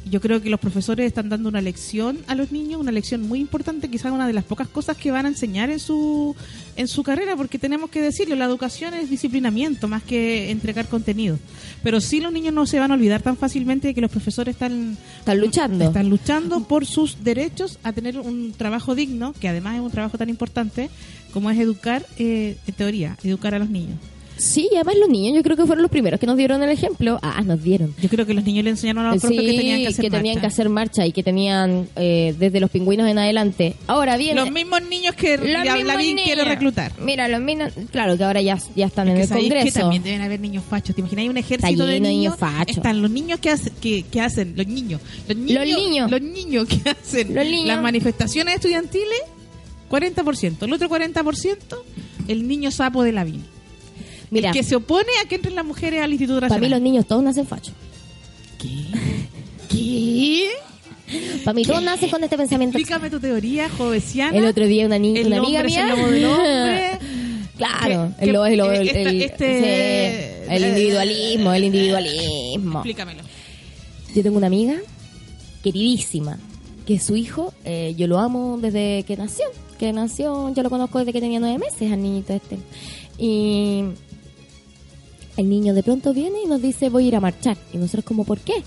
S2: Yo creo que los profesores están dando una lección a los niños, una lección muy importante, quizás una de las pocas cosas que van a enseñar en su, en su carrera, porque tenemos que decirlo, la educación es disciplinamiento más que entregar contenido. Pero sí los niños no se van a olvidar tan fácilmente de que los profesores están
S3: Están luchando.
S2: están luchando por sus derechos a tener un trabajo digno, que además es un trabajo tan importante como es educar, eh, en teoría, educar a los niños.
S3: Sí, y además los niños yo creo que fueron los primeros que nos dieron el ejemplo. Ah, nos dieron.
S2: Yo creo que los niños le enseñaron a los profes que Ah, tenían que hacer. marcha.
S3: hacer marcha y que tenían eh, desde los pingüinos en adelante. Ahora bien,
S2: Los mismos niños que
S3: los
S2: la-
S3: mismos
S2: Lavín
S3: niños.
S2: quiere reclutar.
S3: Mira, los mismos, claro que ahora ya, ya están en
S2: Que
S3: el
S2: sabéis que
S3: Congreso.
S2: también deben haber niños fachos. ¿Te imaginas? Hay un ejército
S3: lleno de
S2: de
S3: niños
S2: niños.
S3: fachos.
S2: Están los niños que, hacen que, que hacen. Los niños. Los niños.
S3: niños.
S2: los niños que hacen.
S3: Los niños.
S2: Las manifestaciones estudiantiles, 40%. El otro 40%, el niño sapo de Lavín.
S3: Mira,
S2: El que se opone a que entren las mujeres al Instituto
S3: para mí
S2: Nacional.
S3: los niños todos nacen fachos.
S2: ¿Qué?
S3: Para mí todos nacen con este pensamiento.
S2: Explícame tu teoría, jovesiana.
S3: El otro día una niña,
S2: El
S3: una amiga
S2: hombre es el
S3: mía.
S2: lobo del hombre.
S3: [LAUGHS] claro,
S2: Que-
S3: el lobo es el lobo,
S2: que
S3: el-
S2: esta-
S3: el-
S2: este-
S3: sí, el individualismo, el individualismo.
S2: Explícamelo.
S3: Yo tengo una amiga queridísima que su hijo, eh, yo lo amo desde que nació, que nació, yo lo conozco desde que tenía nueve meses, al niñito este. Y el niño de pronto viene y nos dice, voy a ir a marchar. Y nosotros como, ¿por qué?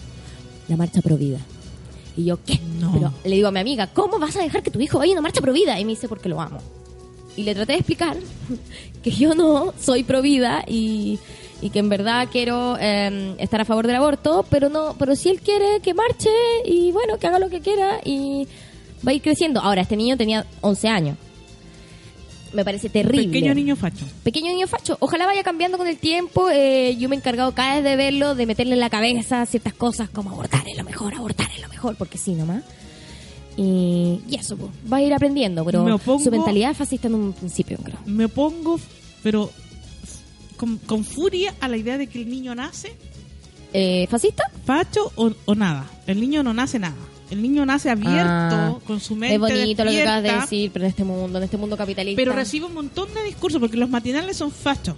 S3: La marcha provida. Y yo, ¿qué?
S2: No.
S3: Pero le digo a mi amiga, ¿cómo vas a dejar que tu hijo vaya a una marcha provida? Y me dice, porque lo amo. Y le traté de explicar [LAUGHS] que yo no soy provida y, y que en verdad quiero eh, estar a favor del aborto, pero no, pero si él quiere que marche y bueno, que haga lo que quiera y va a ir creciendo. Ahora, este niño tenía 11 años. Me parece terrible
S2: Pequeño niño facho.
S3: pequeño niño facho. Ojalá vaya cambiando con el tiempo. Eh, yo me he encargado cada vez de verlo, de meterle en la cabeza ciertas cosas como abortar es lo mejor, abortar es lo mejor, porque sí nomás. Y, y eso, pues, va a ir aprendiendo,
S2: Me
S3: pero
S2: opongo-
S3: su mentalidad es fascista en un principio, creo.
S2: Me opongo, pero con, con furia, a la idea de que el niño nace
S3: Eh, ¿Fascista?
S2: facho o, o nada. El niño no nace nada. El niño nace abierto,
S3: Ah,
S2: con su mente
S3: Es bonito lo que acabas de
S2: despierta,
S3: decir, pero en este mundo, en este mundo capitalista.
S2: Pero recibe un montón de discursos porque los matinales son fachos.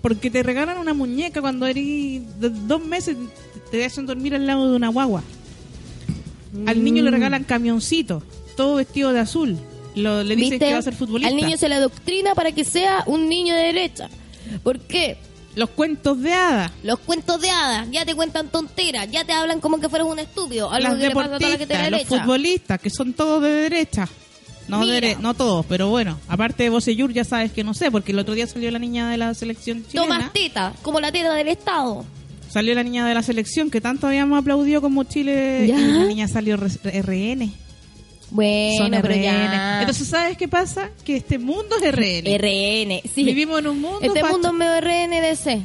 S2: Porque te regalan una muñeca cuando eres de dos meses, te hacen dormir al lado de una guagua. Al niño le
S3: Mm.
S2: regalan camioncito, todo vestido de azul. Lo- le dicen
S3: ¿Viste?
S2: que va a ser futbolista.
S3: Al niño se le doctrina para que sea un niño de derecha. ¿Por qué?
S2: Los cuentos de hadas.
S3: Los cuentos de hadas, ya te cuentan tonteras, ya te hablan como que fueras un estúpido, algo
S2: Las
S3: que le pasa a toda la que te
S2: deportistas, los
S3: derecha.
S2: futbolistas, que son todos de derecha. No,
S3: Mira.
S2: dere- no todos, pero bueno. Aparte de Boseyur, ya sabes que no sé, porque el otro día salió la niña de la selección chilena.
S3: Tomas teta, como la teta del Estado.
S2: Salió la niña de la selección que tanto habíamos aplaudido como Chile.
S3: ¿Ya?
S2: Y la niña salió res- RN.
S3: Bueno,
S2: Son
S3: pero
S2: RN.
S3: ya.
S2: Entonces, ¿sabes qué pasa? Que este mundo es RN.
S3: RN, sí.
S2: Vivimos en un mundo.
S3: este
S2: facho.
S3: mundo es medio RNDC.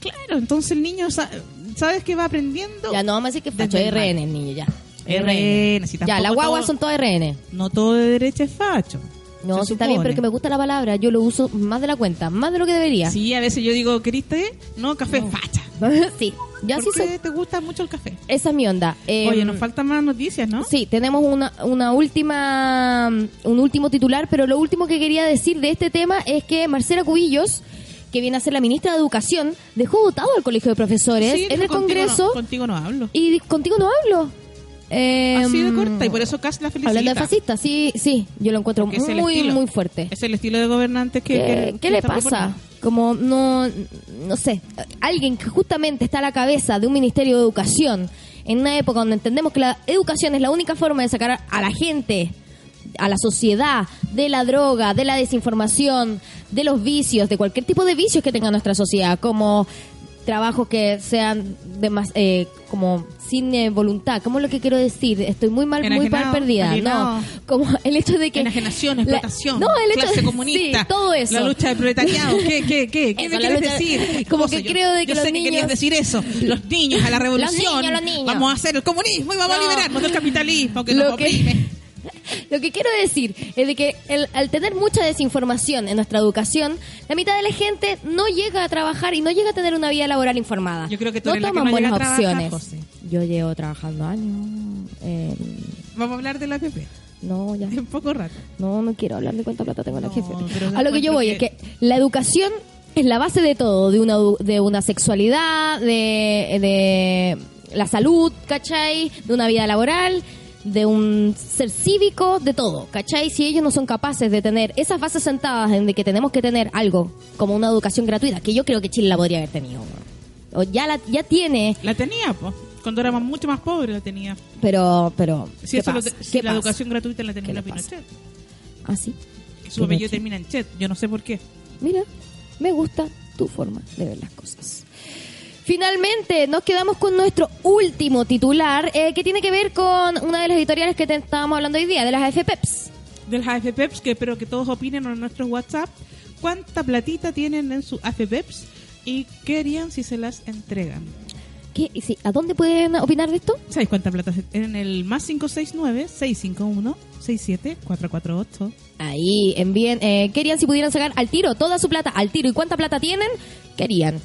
S2: Claro, entonces el niño, sa- ¿sabes qué va aprendiendo?
S3: Ya no vamos a decir que es facho,
S2: Desde el mal.
S3: RN el niño, ya.
S2: RN, si
S3: ya,
S2: tampoco
S3: las guaguas
S2: todo-
S3: son todas RN.
S2: No todo de derecha es facho.
S3: No,
S2: Se
S3: sí está bien,
S2: supone.
S3: pero que me gusta la palabra. Yo lo uso más de la cuenta, más de lo que debería.
S2: Sí, a veces yo digo, ¿queriste? No, café es facha.
S3: [LAUGHS] sí. Yo así
S2: ¿Por qué
S3: soy.
S2: te gusta mucho el café?
S3: Esa es mi onda. Eh,
S2: Oye, nos faltan más noticias, ¿no?
S3: Sí, tenemos una, una última, mm, un último titular, pero lo último que quería decir de este tema es que Marcela Cubillos, que viene a ser la ministra de Educación, dejó votado al Colegio de Profesores
S2: Sí,
S3: en el
S2: contigo
S3: Congreso
S2: no- contigo no hablo.
S3: y di- contigo no hablo. Eh,
S2: Así de corta, y por eso Cass la felicita.
S3: Hablando de fascista, sí, sí, yo lo encuentro
S2: Porque es el
S3: muy,
S2: estilo.
S3: muy fuerte.
S2: Es el estilo de gobernantes que...
S3: ¿Qué,
S2: que-
S3: qué
S2: que
S3: le
S2: está
S3: pasa?
S2: proponiendo.
S3: Como no, no sé, alguien que justamente está a la cabeza de un ministerio de educación, en una época donde entendemos que la educación es la única forma de sacar a la gente, a la sociedad, de la droga, de la desinformación, de los vicios, de cualquier tipo de vicios que tenga nuestra sociedad, como trabajos que sean de más, eh, como sin eh, voluntad. ¿Cómo es lo que quiero decir? Estoy muy mal, muy mal
S2: Enajenado,
S3: perdida.
S2: alienado.
S3: No, como el hecho de que
S2: Enajenación,
S3: la-
S2: explotación,
S3: no, el hecho
S2: clase
S3: de-
S2: comunista,
S3: sí, todo eso.
S2: la lucha
S3: [LAUGHS]
S2: del proletariado, ¿qué, qué, qué? ¿Qué
S3: Eso,
S2: me
S3: la
S2: quieres
S3: lucha-
S2: decir?
S3: [LAUGHS] como
S2: Cosa,
S3: que
S2: yo-
S3: creo de que
S2: yo
S3: los
S2: sé que querías
S3: niños- [LAUGHS]
S2: decir eso, los niños a la revolución,
S3: niños, los niños.
S2: vamos a hacer el comunismo y vamos
S3: No.
S2: a liberarnos del capitalismo que
S3: Lo
S2: nos
S3: que-
S2: oprime.
S3: [LAUGHS] Lo que quiero decir es de que el- al tener mucha desinformación en nuestra educación, la mitad de la gente no llega a trabajar y no llega a tener una vida laboral informada.
S2: Yo creo que tú
S3: no
S2: eres la que
S3: toman
S2: no llega
S3: buenas
S2: a trabajar,
S3: opciones.
S2: José.
S3: Yo llevo trabajando años. eh,
S2: Vamos a hablar de la PP
S3: no, ya.
S2: en poco rato.
S3: No, no quiero hablar de cuánta plata tengo la
S2: No,
S3: jefe.
S2: pero no
S3: A lo que yo
S2: encuentro
S3: voy es
S2: que-
S3: que la educación es la base de todo, de una, de una sexualidad, de, de la salud, ¿cachai? De una vida laboral, de un ser cívico, de todo, ¿cachai? Si ellos no son capaces de tener esas bases sentadas en de que tenemos que tener algo como una educación gratuita, que yo creo que Chile la podría haber tenido. O ya la ya tiene,
S2: La tenía, pues. Cuando éramos mucho más pobres la tenía.
S3: pero pero
S2: Si,
S3: ¿qué
S2: eso lo
S3: pasa?
S2: te- si
S3: ¿Qué
S2: la
S3: pasa?
S2: educación gratuita la
S3: ¿Qué
S2: tenía la
S3: le pasa?
S2: Pinochet.
S3: Ah, sí.
S2: Que Su apellido
S3: Pinochet.
S2: termina en Chet, yo no sé por qué.
S3: Mira, me gusta tu forma de ver las cosas. Finalmente, nos quedamos con nuestro último titular, eh, que tiene que ver con una de las editoriales que te estábamos hablando hoy día, de las AFPEPs.
S2: Del AFPEPS, que espero que todos opinen en nuestros WhatsApp, cuánta platita tienen en su AFPEPS y qué harían si se las entregan.
S3: ¿Qué? ¿Y si- ¿A dónde pueden opinar de esto?
S2: ¿Sabéis cuánta plata? se- En el más 569-651-67448.
S3: Ahí, envíen. Eh, ¿Qué harían si pudieran sacar al tiro toda su plata? Al tiro. ¿Y cuánta plata tienen? ¿Qué harían?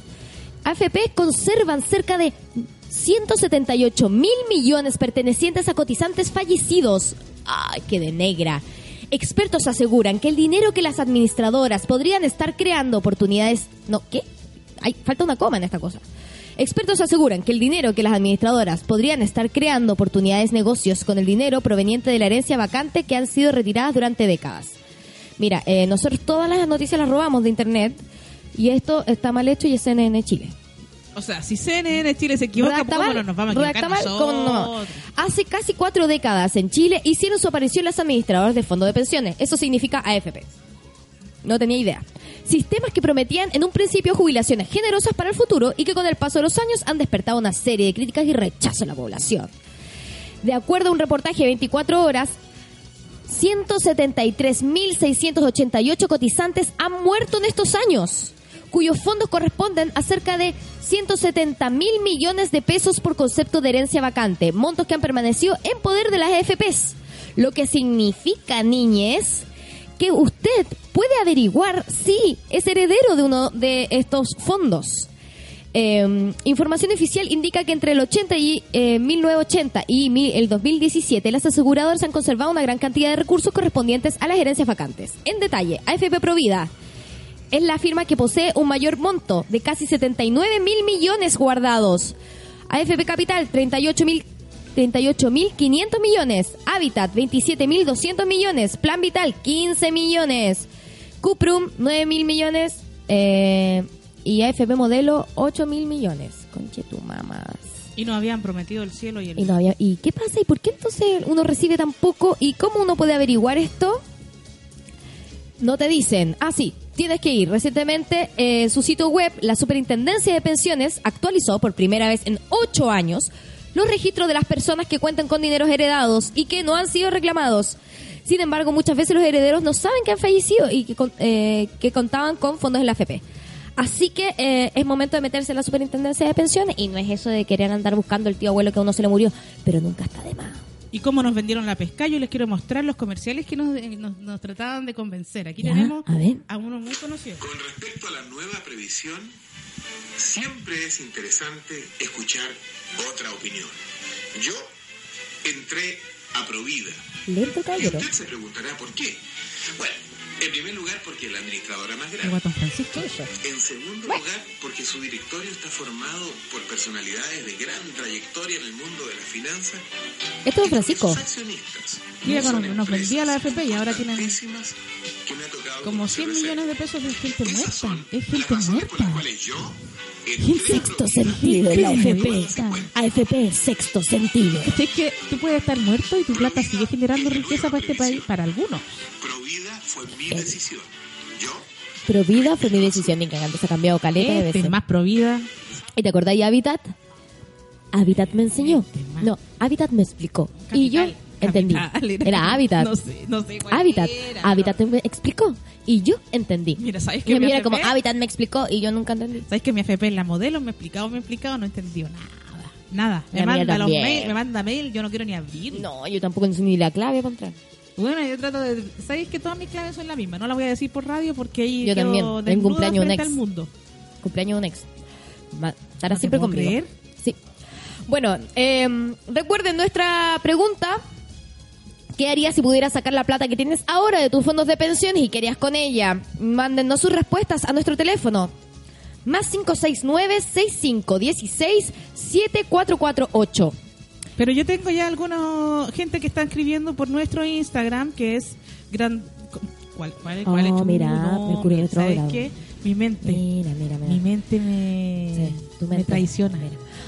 S3: AFP conservan cerca de 178 mil millones pertenecientes a cotizantes fallecidos. ¡Ay, qué de negra! Expertos aseguran que el dinero que las administradoras podrían estar creando oportunidades... No, ¿qué? Ay, falta una coma en esta cosa. Expertos aseguran que el dinero que las administradoras podrían estar creando oportunidades negocios con el dinero proveniente de la herencia vacante que han sido retiradas durante décadas. Mira, eh, nosotros todas las noticias las robamos de internet y esto está mal hecho y es CNN Chile.
S2: O sea, si CNN Chile se equivoca,
S3: Redacta
S2: ¿cómo
S3: mal,
S2: no nos vamos a
S3: redacta
S2: equivocar
S3: mal, ¿cómo no?
S2: nosotros?
S3: Hace casi cuatro décadas en Chile hicieron su aparición las administradoras de fondo de pensiones. Eso significa AFP. No tenía idea. Sistemas que prometían en un principio jubilaciones generosas para el futuro y que con el paso de los años han despertado una serie de críticas y rechazo en la población. De acuerdo a un reportaje de 24 horas, 173.688 cotizantes han muerto en estos años, cuyos fondos corresponden a cerca de 170.000 millones de pesos por concepto de herencia vacante, montos que han permanecido en poder de las AFPs, lo que significa, niñez, que usted puede averiguar si es heredero de uno de estos fondos. Eh, información oficial indica que entre el 80 y eh, 1980 y mi- el 2017 las aseguradoras han conservado una gran cantidad de recursos correspondientes a las herencias vacantes. En detalle, AFP Provida es la firma que posee un mayor monto de casi 79 mil millones guardados. AFP Capital, 38 mil 38.500 millones. Hábitat, 27.200 millones. Plan Vital, 15 millones. Cuprum, 9.000 millones. Eh, y AFP Modelo, 8.000 millones. Conche tu mamás.
S2: Y nos habían prometido el cielo y el...
S3: Y, no había- ¿Y qué pasa? ¿Y por qué entonces uno recibe tan poco? ¿Y cómo uno puede averiguar esto? No te dicen. Ah, sí, tienes que ir. Recientemente, eh, su sitio web, la Superintendencia de Pensiones, actualizó por primera vez en ocho años los registros de las personas que cuentan con dineros heredados y que no han sido reclamados. Sin embargo, muchas veces los herederos no saben que han fallecido y que, con- eh, que contaban con fondos en la AFP. Así que eh, es momento de meterse en la superintendencia de pensiones y no es eso de querer andar buscando el tío abuelo que a uno se le murió, pero nunca está de más.
S2: y cómo nos vendieron la pesca. Yo les quiero mostrar los comerciales que nos, eh, nos, nos trataban de convencer. Aquí
S3: Ya,
S2: tenemos
S3: a ver.
S2: a uno muy conocido.
S5: Con respecto a la nueva previsión, siempre es interesante escuchar otra opinión. Yo entré a Provida.
S3: Lento
S6: Ah,
S5: Y
S3: caballero.
S5: usted se preguntará por qué. Bueno, en primer lugar porque es la administradora más
S2: El
S5: grande.
S2: guatón Francisco.
S5: En segundo lugar, porque su directorio está formado por personalidades de gran trayectoria en el mundo de las finanzas.
S3: Esto es
S5: y porque
S3: Francisco.
S5: sus accionistas
S2: Mira,
S5: no son
S2: cuando nos vendía la AFP y ahora tienen-
S5: importantísimas que me ha tocado
S2: como 100 millones de pesos de gente
S5: Esas
S2: muerta.
S5: son
S2: Es
S5: las
S2: gente
S5: razones por las
S2: muerta.
S5: cuales yo
S4: El
S5: entré a
S4: sexto
S5: Providencia.
S4: sentido, la AFP.
S5: Claro.
S4: AFP, sexto sentido.
S2: ¿Cachai? que tú puedes estar muerto y tu plata sigue generando riqueza para este país, para algunos.
S5: Provida fue mi
S4: Eh,
S5: decisión. Yo
S4: Pero vida fue mi decisión, y cagando, se ha cambiado caleta de
S2: Este
S4: veces.
S2: es más provida.
S4: ¿Y te acordáis Habitat? Habitat me enseñó. No, Habitat me explicó. y yo
S2: Este Capital,
S4: entendí.
S2: capital,
S4: Era, Habitat.
S2: No sé, no sé cuál
S4: Habitat.
S2: era,
S4: Habitat me explicó. Y yo entendí.
S2: Mira, ¿sabes
S4: Y
S2: qué?
S4: a mí
S2: Mi
S4: era como
S2: AFP?
S4: Habitat me explicó y yo nunca entendí.
S2: ¿Sabes que mi FP es la modelo? Me ha explicado, me ha explicado, no he entendido nada. Nada.
S4: La
S2: Me
S4: mía
S2: manda, los
S4: también.
S2: mail, me manda mail, yo no quiero ni abrir.
S4: No, yo tampoco sé ni la clave para entrar.
S2: Bueno, yo trato de. ¿Sabéis que todas mis claves son las mismas? No las voy a decir por radio porque ahí.
S4: Yo
S2: quedo
S4: también. En
S2: desnuda
S4: cumpleaños un
S2: frente
S4: ex.
S2: al mundo.
S4: Cumpleaños de un ex. Ma- Estará
S2: No te
S4: siempre
S2: puedo
S4: conmigo.
S2: creer.
S4: Sí.
S3: Bueno, eh, recuerden nuestra pregunta. ¿Qué harías si pudieras sacar la plata que tienes ahora de tus fondos de pensiones y qué harías con ella? Mándennos sus respuestas a nuestro teléfono. Más 569-6516-7448.
S2: Pero yo tengo ya alguna gente que está escribiendo por nuestro Instagram, que es gran... ¿Cuál, cuál, cuál
S4: Oh,
S2: es?
S4: mira,
S2: No,
S4: Mercurio
S2: mira, ¿sabes
S4: retrógrado.
S2: qué? Mi mente,
S4: Mira, mira,
S2: mi
S4: mira.
S2: mente me,
S4: Sí, tu
S2: me
S4: mente.
S2: traiciona.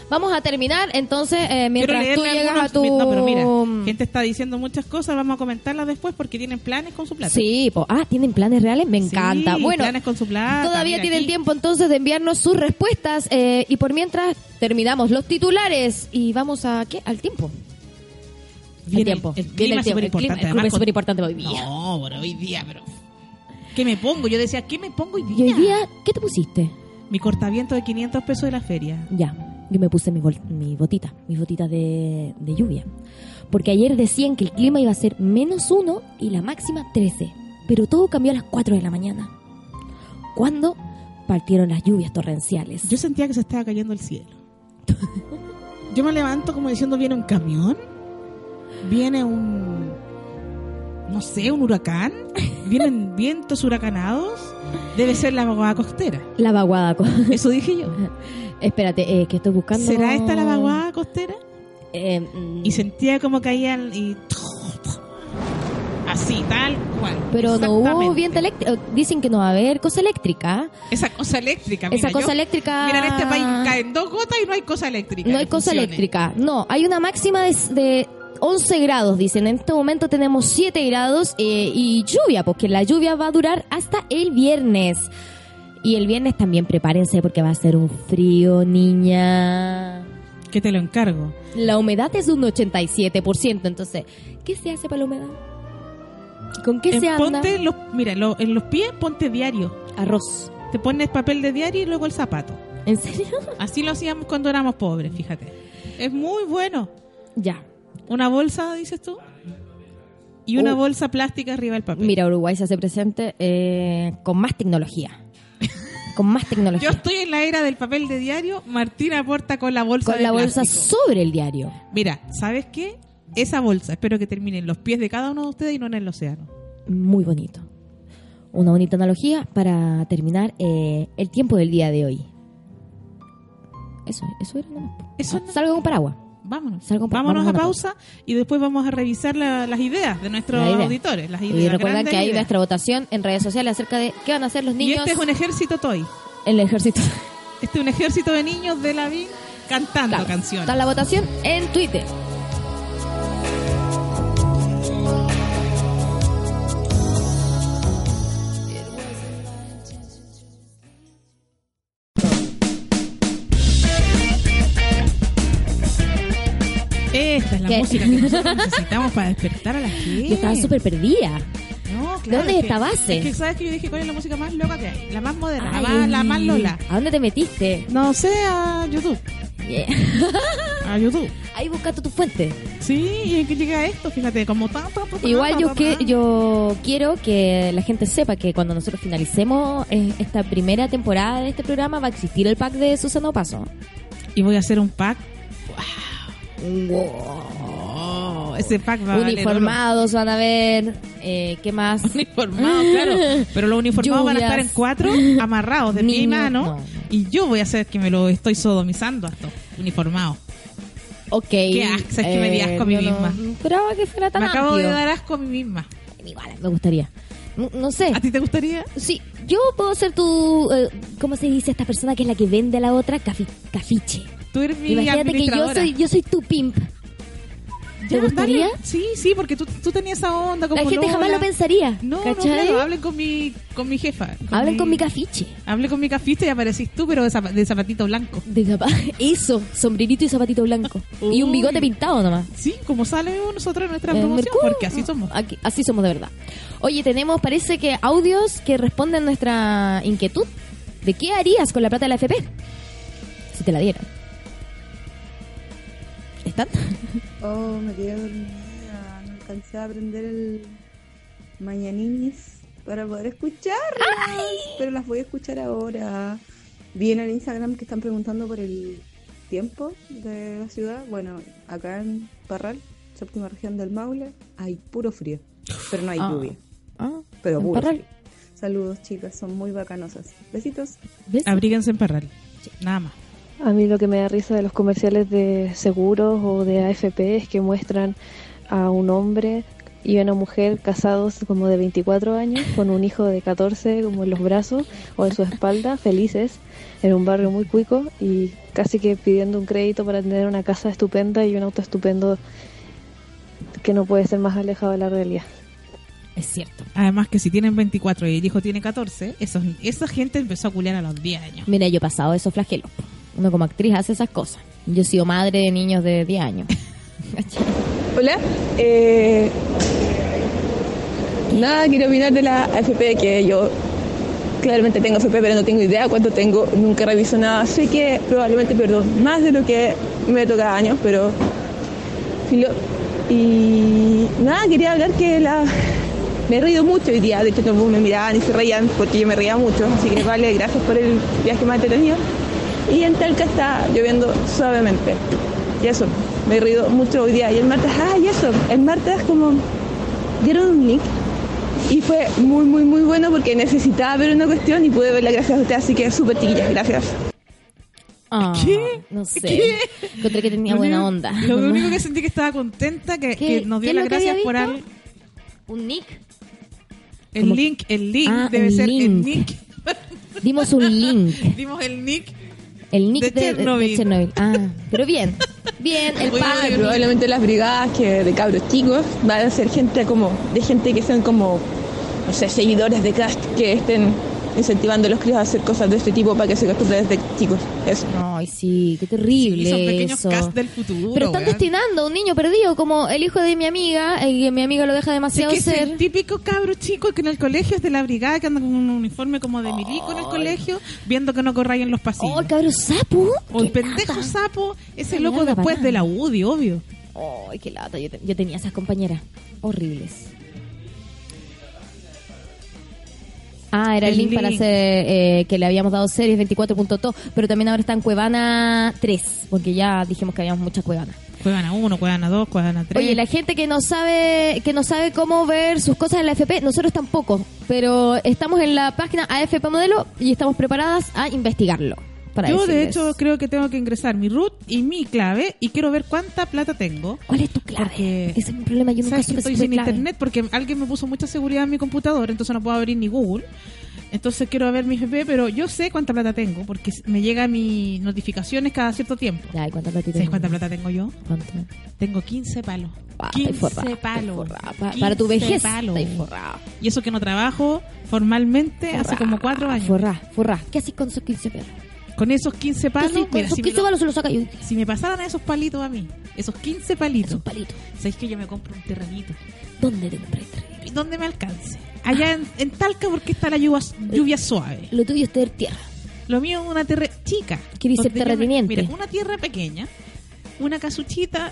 S3: Vamos a terminar, entonces, eh, mientras
S2: Quiero
S3: tú
S2: leerle
S3: llegas a
S2: algunos-
S3: tu...
S2: No, pero mira, gente está diciendo muchas cosas, vamos a comentarlas después porque tienen planes con su plata.
S3: Sí, po. ah, ¿tienen planes reales? Me
S2: Sí,
S3: encanta. bueno,
S2: planes con su plata.
S3: Todavía
S2: mira,
S3: tienen
S2: aquí.
S3: tiempo entonces de enviarnos sus respuestas eh, y por mientras terminamos los titulares y vamos a qué al tiempo.
S2: Viene
S3: el tiempo.
S2: El
S3: Viene
S2: clima
S3: el
S2: es
S3: tiempo, el clima,
S2: súper
S3: el
S2: importante.
S3: clima es superimportante hoy día.
S2: No, pero hoy día, pero... ¿Qué me pongo? Yo decía, ¿qué me pongo hoy
S4: ¿Y
S2: día?
S4: hoy día qué te pusiste?
S2: Mi cortaviento de 500 pesos de la feria.
S4: Ya, yo me puse mi, gol- mi botita, mis botitas de, de lluvia. Porque ayer decían que el clima iba a ser menos uno y la máxima 13. Pero todo cambió a las 4 de la mañana. Cuando partieron las lluvias torrenciales.
S2: Yo sentía que se estaba cayendo el cielo. Yo me levanto como diciendo, viene un camión, viene un, no sé, un huracán, vienen vientos huracanados, debe ser la vaguada costera.
S4: La vaguada. co-
S3: [LAUGHS]
S2: Eso dije yo.
S4: Espérate, eh, que estoy buscando.
S2: ¿Será esta la vaguada costera?
S4: Eh, mm,
S2: Y sentía como caían y... Así, tal cual.
S3: Pero no hubo
S2: Exactamente.
S3: viento eléctrico. Dicen que no va a haber cosa eléctrica.
S2: Esa cosa eléctrica.
S3: Esa
S2: mira,
S3: cosa
S2: yo-
S3: eléctrica.
S2: Mira, en este país caen dos gotas y no hay cosa eléctrica.
S3: No
S2: que
S3: hay cosa
S2: funcione.
S3: eléctrica. No, hay una máxima de, de 11 grados, dicen. En este momento tenemos 7 grados eh, y lluvia, porque la lluvia va a durar hasta el viernes.
S4: y el viernes también prepárense porque va a ser un frío, niña.
S2: Que te lo encargo.
S3: La humedad es un
S4: 87%. Entonces, ¿qué se hace para la humedad? ¿Con qué
S2: En
S4: se anda?
S2: ponte los, mira, lo- en los pies ponte diario.
S4: Arroz.
S2: Te pones papel de diario y luego el zapato.
S4: ¿En
S3: [LAUGHS]
S4: serio?
S2: Así lo hacíamos cuando éramos pobres, fíjate. Es muy bueno.
S4: Ya.
S2: Una bolsa, dices tú, y una bolsa plástica arriba del papel.
S3: Oh. Mira, Uruguay se hace presente eh, con más tecnología. Con más
S2: Yo
S3: tecnología.
S2: estoy en la era del papel de diario, Martín aporta con la bolsa
S3: con
S2: de
S3: la bolsa
S2: plástico.
S3: sobre el diario.
S2: Mira, ¿sabes qué? Esa bolsa, espero que termine en los pies de cada uno de ustedes y no en el océano.
S4: Muy bonito. Una bonita analogía para terminar eh, el tiempo del día de hoy. Eso, eso era nomás. po.
S2: Eso
S3: Ah,
S2: no-
S4: Salgo con paraguas.
S2: Vámonos.
S4: Salgo-
S2: Vámonos
S4: vámonos
S2: a
S4: a
S2: pausa y después vamos a revisar la- las ideas de nuestros
S4: La idea.
S2: auditores. Las ideas
S3: Y recuerdan
S2: grandes
S3: que hay
S2: ideas.
S3: nuestra votación en redes sociales acerca de qué van a hacer los
S2: Y
S3: niños
S2: este es un ejército toy.
S3: en el
S2: [LAUGHS]
S3: ejército.
S2: Este es un ejército de niños de la VIN cantando
S3: Claro.
S2: canciones.
S3: Está la votación en Twitter.
S2: Esta es la
S3: ¿Qué?
S2: música que nosotros necesitamos para despertar
S4: [LAUGHS]
S2: a la gente.
S4: Yo estaba súper perdida.
S2: No, claro,
S4: ¿De dónde
S2: es
S4: es esta
S2: que-
S4: base?
S2: Es que sabes que yo dije cuál es la música más loca que hay. La más moderna, la
S4: Ay.
S2: más, la más lola.
S4: ¿A dónde te metiste?
S2: No sé, a YouTube.
S4: Yeah.
S2: A YouTube.
S4: Ahí buscaste tu fuente.
S2: Sí, y es que llega esto, fíjate, como tan, tan, tan,
S4: Igual
S2: tan,
S4: yo
S2: tan,
S4: que
S2: tan.
S4: yo quiero que la gente sepa que cuando nosotros finalicemos eh, esta primera temporada de este programa va a existir el pack de Susano Paso.
S2: Y voy a hacer un pack.
S4: Wow.
S2: Oh, ese pack va a valer
S4: Uniformados van a ver. eh, ¿Qué
S2: [LAUGHS]
S4: más?
S2: oro. Uniformado, claro. Pero los uniformados van a
S4: Lluvias.
S2: estar en cuatro, amarrados de pie y
S4: Niños,
S2: mano.
S4: no.
S2: Y yo voy a hacer que me lo estoy sodomizando a estos uniformados.
S4: Ok. Eh,
S2: Qué asco, es que me di asco a mí
S4: yo no
S2: misma.
S4: Esperaba que fuera tan
S2: Me acabo de
S4: amplio.
S2: dar asco a mí misma.
S4: Igual, me gustaría.
S3: No, no sé.
S2: ¿A ti te gustaría?
S3: Sí, yo puedo ser tu. eh, ¿Cómo se dice esta persona que es la que vende a la otra? Cafi- cafiche.
S2: Tú eres mi
S3: Imagínate que yo
S2: administradora.
S3: soy, yo soy tu pimp. ¿Te
S2: Ya,
S3: gustaría?
S2: dale. Sí, sí, porque tú, tú tenías esa onda como
S3: La gente jamás
S2: Lola.
S3: lo pensaría.
S2: No, no,
S3: ¿cachai?
S2: claro, hablen con mi, con mi jefa.
S3: Hablan con mi cafiche.
S2: Hablé con mi cafista y aparecís tú, pero de, zap- de zapatito blanco.
S3: De capa- [LAUGHS] Eso, sombrerito y zapatito blanco. y un
S2: Uy.
S3: bigote pintado nomás.
S2: Sí, como sale nosotros en nuestra
S3: Eh,
S2: promoción,
S3: Mercurio.
S2: porque así somos.
S3: Aquí- así somos de verdad. Oye, tenemos, parece que audios que responden nuestra inquietud. ¿De qué harías con la plata de la FP? Si te la dieran. ¿Están?
S7: Oh, me quedé dormida. No alcancé a aprender el mañaninis para poder escucharlas. Pero las voy a escuchar ahora. Vi en el Instagram que están preguntando por el tiempo de la ciudad. Bueno, acá en Parral, séptima región del Maule, hay puro frío. Pero no hay lluvia.
S2: Ah.
S7: Pero
S3: Ah. en
S7: puro
S3: Parral.
S7: frío. Saludos, chicas. Son muy bacanosas. Besitos.
S3: ¿Ves?
S2: Abríguense en Parral. Nada más.
S8: A mí lo que me da risa de los comerciales de seguros o de AFP es que muestran a un hombre y una mujer casados como de 24 años con un hijo de 14 como en los brazos o en su espalda, felices, en un barrio muy cuico y casi que pidiendo un crédito para tener una casa estupenda y un auto estupendo que no puede ser más alejado de la realidad.
S3: Es cierto.
S2: Además que si tienen 24 y el hijo tiene 14, esos, esa gente empezó a culiar a los 10 años.
S3: Mira, yo he pasado esos flagelos. Uno como actriz hace esas cosas. Yo he sido madre de niños de 10
S2: [LAUGHS]
S3: años.
S9: Hola. eh, nada, quiero opinar de la AFP, que yo claramente tengo AFP, pero no tengo idea cuánto tengo, nunca reviso nada. Sé que probablemente pierdo más de lo que me toca años, pero... filo. Y nada, quería hablar que la... Me he reído mucho hoy día, de hecho todos me miraban y se reían porque yo me reía mucho, así que vale, gracias por el viaje más entretenido. Y en Talca está lloviendo suavemente. Y eso, me he reído mucho hoy día. Y el martes, ah, y eso, el martes como dieron un link y fue muy, muy, muy bueno porque necesitaba ver una cuestión y pude verla gracias a usted, así que súper chiquillas, gracias.
S3: Ah,
S2: ¿Qué?
S3: No sé.
S2: ¿Qué?
S3: Encontré que tenía
S2: Lo
S3: buena
S2: único-
S3: onda.
S2: Lo único que sentí que estaba contenta, que,
S3: ¿Qué-
S2: que nos
S3: qué
S2: dio
S3: es
S2: las
S3: lo que había
S2: gracias por
S3: visto?
S2: al-
S3: ¿Un nick?
S2: el
S3: ¿Cómo?
S2: link. El link
S3: Ah,
S2: debe
S3: el
S2: ser el
S3: link. [LAUGHS]
S2: nick.
S3: Dimos un link.
S2: Dimos el nick.
S3: El nick de,
S2: De
S3: de- de Chernobyl.
S2: Chernobyl.
S3: Ah, pero bien. Bien, el
S2: Muy
S3: padre.
S2: bien.
S9: Probablemente las brigadas que de cabros chicos van a ser gente como, de gente que sean como, no sé, seguidores de cast que estén incentivando a los críos a hacer cosas de este tipo para que se acostumbren desde chicos. Eso.
S3: Ay, sí, qué terrible
S2: Sí, son pequeños
S3: eso.
S2: cast del futuro.
S3: Pero están
S2: weón.
S3: destinando a un niño perdido como el hijo de mi amiga, y mi amiga lo deja
S2: Sí,
S3: demasiado
S2: que es
S3: ser.
S2: el típico cabro chico que en el colegio es de la brigada, que anda con un uniforme como de milico en el colegio, viendo que no corráis en los pasillos.
S3: Oh, el cabrón sapo.
S2: o el
S3: Qué
S2: pendejo
S3: lata.
S2: sapo, ese
S3: Qué
S2: loco
S3: lata,
S2: después
S3: banana.
S2: de la UDI, obvio.
S3: Ay, qué lata. Yo, te- yo tenía esas compañeras horribles. Ah, era el,
S2: El
S3: link, para
S2: link.
S3: hacer eh, que le habíamos dado series 24.2, pero también ahora está en Cuevana 3, porque ya dijimos que habíamos muchas cuevanas.
S2: Juegan a uno, juegan a dos, juegan a tres.
S3: Oye, la gente que no sabe que no sabe cómo ver sus cosas en la AFP, nosotros tampoco, pero estamos en la página AFP Modelo y estamos preparadas a investigarlo. Para
S2: Yo, de
S3: decirles.
S2: hecho, creo que tengo que ingresar mi root y mi clave y quiero ver cuánta plata tengo.
S3: ¿cuál es tu clave?
S2: Porque-
S3: Ese es mi problema, yo nunca
S2: ¿Sabes que
S3: supe
S2: estoy
S3: si tuve
S2: sin
S3: clave.
S2: internet? Porque alguien me puso mucha seguridad en mi computador, entonces no puedo abrir ni Google. Entonces quiero ver mi FP, pero yo sé cuánta plata tengo, porque me llega mi notificaciones cada cierto tiempo.
S3: Ya, ¿y cuánta plata
S2: ¿Sabes cuánta plata tengo yo?
S3: ¿Cuánto?
S2: Tengo 15 palos.
S3: Ah, estoy
S2: 15
S3: forrada, estoy
S2: palos.
S3: forrada. Pa- para tu
S2: 15
S3: vejez,
S2: palos.
S3: estoy forrada.
S2: Y eso que no trabajo formalmente hace como 4 años.
S3: Forrá, forrá. ¿Qué haces con esos 15 pesos?
S2: Con esos 15
S3: ¿Qué
S2: palos,
S3: haces con
S2: mira,
S3: esos
S2: si, me
S3: 15
S2: lo-
S3: balos se los saca yo?
S2: si me pasaran esos palitos a mí, esos 15 palitos,
S3: Esos palitos.
S2: ¿sabéis que yo me compro un terrenito?
S3: ¿Dónde te este compraste?
S2: ¿Y ¿Dónde me alcance? Allá
S3: Ah.
S2: en, en Talca porque está la lluvia,
S3: Eh,
S2: lluvia suave.
S3: Lo tuyo es tener tierra. Ah,
S2: Lo mío es una tierra chica.
S3: ¿Qué dice
S2: Donde yo me-
S3: terrateniente?
S2: Mira, una tierra pequeña, una casuchita.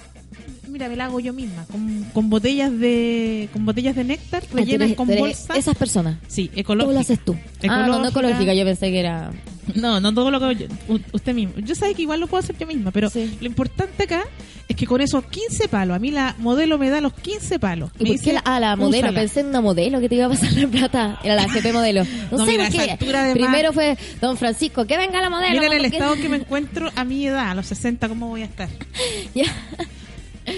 S2: Mira, me la hago yo misma, con, con botellas de con botellas de néctar
S3: Ah, tú
S2: rellenas
S3: eres-
S2: con
S3: tú eres
S2: bolsas.
S3: Esas personas.
S2: Sí,
S3: ¿Cómo lo
S2: ecológicas.
S3: haces tú? Ah, no, no
S2: Ecológica.
S3: ecológica, yo pensé que era...
S2: No, no todo lo que yo- u- usted mismo. Yo sé que igual lo puedo hacer yo misma, pero
S3: Sí.
S2: lo importante acá es que con esos 15 palos, a mí la modelo me da los 15 palos.
S3: ¿Y
S2: Me
S3: por qué
S2: dice,
S3: la, ah, la modelo?
S2: "Úsala".
S3: Pensé en una modelo que te iba a pasar la plata. Era la CP
S2: [LAUGHS]
S3: modelo. No,
S2: No,
S3: sé
S2: mira,
S3: por
S2: a
S3: qué.
S2: esa altura de
S3: Primero fue Don Francisco, que venga la modelo.
S2: Miren
S3: [LAUGHS]
S2: el
S3: porque-
S2: estado que me encuentro a mi edad, a los 60, ¿cómo voy a estar?
S3: Ya. [LAUGHS]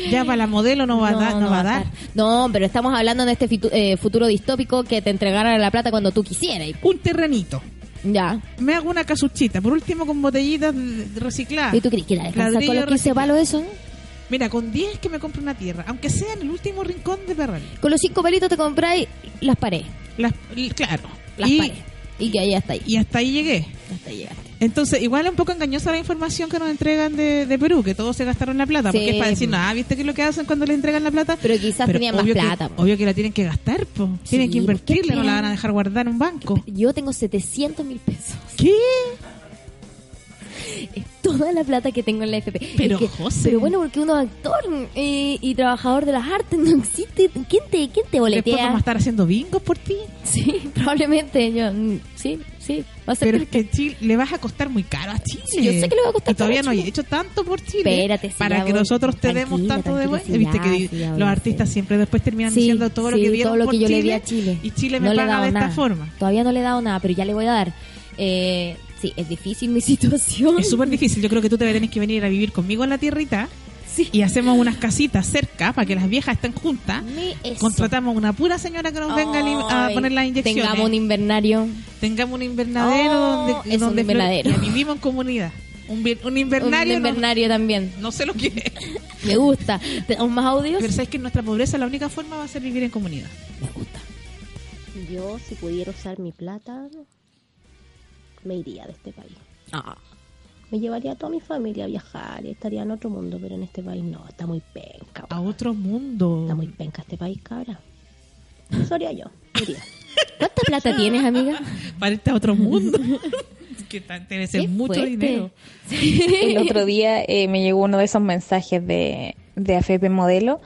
S2: Ya para la modelo no va, a, dar, no va a dar.
S3: No, pero estamos hablando en este fitu- eh, futuro distópico que te entregaran la plata cuando tú quisieras. y-
S2: Un terrenito.
S3: Ya.
S2: Me hago una casuchita, por último con botellitas de- de recicladas.
S3: ¿Y tú crees que la descansar con
S2: Ah, Ladrillo
S3: los 15
S2: reciclado.
S3: palos eso?
S2: Mira, con 10 que me compro una tierra, aunque sea en el último rincón de Perral.
S3: Con los 5 palitos te compráis las paredes.
S2: Las, l- claro.
S3: Las
S2: y,
S3: paredes. Y que ahí hasta ahí.
S2: y hasta ahí llegué.
S3: Hasta ahí llegaste.
S2: Entonces, igual es un poco engañosa la información que nos entregan de, de Perú, que todos se gastaron la plata.
S3: Sí.
S2: Porque es para decir, ah, ¿viste que lo que hacen cuando le entregan la plata?
S3: Pero quizás tenían más
S2: obvio que-
S3: plata, po.
S2: obvio que la tienen que gastar, po. tienen que
S3: pues, ¿qué
S2: invertirla, no la
S3: esperan?
S2: van a dejar guardar en un banco.
S3: Yo tengo 700 mil pesos.
S2: ¿Qué?
S3: Es toda la plata que tengo en la FP.
S2: Pero,
S3: Es que-
S2: José.
S3: Pero bueno, porque uno es actor eh, y trabajador de las artes no existe. ¿Quién te, quién te
S2: Después vamos a
S3: boletea?
S2: estar haciendo bingos
S3: [LAUGHS]
S2: por ti.
S3: Sí, probablemente. Yo, mm, sí, sí. Va a ser
S2: Pero
S3: que-
S2: es que en Chile le vas a costar muy caro a Chile.
S3: Sí, yo sé que le va a costar
S2: Y todavía
S3: caro
S2: no
S3: a
S2: he
S3: Chile.
S2: hecho tanto por Chile.
S3: Espérate, sí,
S2: Para
S3: ya
S2: que
S3: voy.
S2: nosotros te demos
S3: Tranquila,
S2: tanto de
S3: tranquila,
S2: vuelta.
S3: sí,
S2: Viste
S3: ya,
S2: que
S3: sí, ya voy
S2: los
S3: a
S2: artistas
S3: hacer.
S2: siempre después terminan
S3: Sí,
S2: diciendo todo lo
S3: sí,
S2: que dieron
S3: todo lo
S2: por
S3: que yo
S2: Chile,
S3: le di a Chile.
S2: Y Chile
S3: No
S2: me
S3: le he
S2: paga
S3: dado
S2: de
S3: nada.
S2: esta forma.
S3: Todavía no le he dado nada, pero ya le voy a dar. Eh, sí, es difícil mi [LAUGHS] situación.
S2: Es súper difícil. Yo creo que tú te tenés que venir a vivir conmigo en la tierrita
S3: Sí.
S2: y hacemos unas casitas cerca para que las viejas estén juntas.
S3: Me- eso.
S2: Contratamos una pura señora que nos venga a lim- a
S3: Ay,
S2: poner las inyecciones.
S3: Tengamos un invernarios.
S2: Tengamos un invernadero
S3: Oh,
S2: donde,
S3: es un
S2: donde flore-
S3: invernadero.
S2: ya vivimos en comunidad. Un, vi- un
S3: Un
S2: invernario. no-
S3: invernario también.
S2: No, sé lo que es.
S3: Me gusta. ¿Tenemos más audios?
S2: Pero sabes que en nuestra pobreza la única forma va a ser vivir en comunidad.
S3: Me gusta.
S8: Yo, si pudiera usar mi plata, me iría de este país.
S3: Ah,
S8: Me llevaría a toda mi familia a viajar y estaría en otro mundo, pero en este país no, está muy penca.
S2: A
S8: weón.
S2: otro mundo.
S8: Está muy penca este país, cabra. Eso haría yo, me iría.
S3: ¿Cuánta plata tienes, amiga?
S2: Para este otro mundo. que tan- debe ser
S3: Qué
S2: mucho
S3: fuerte.
S2: dinero.
S10: El otro día eh, me llegó uno de esos mensajes de, de AFP Modelo,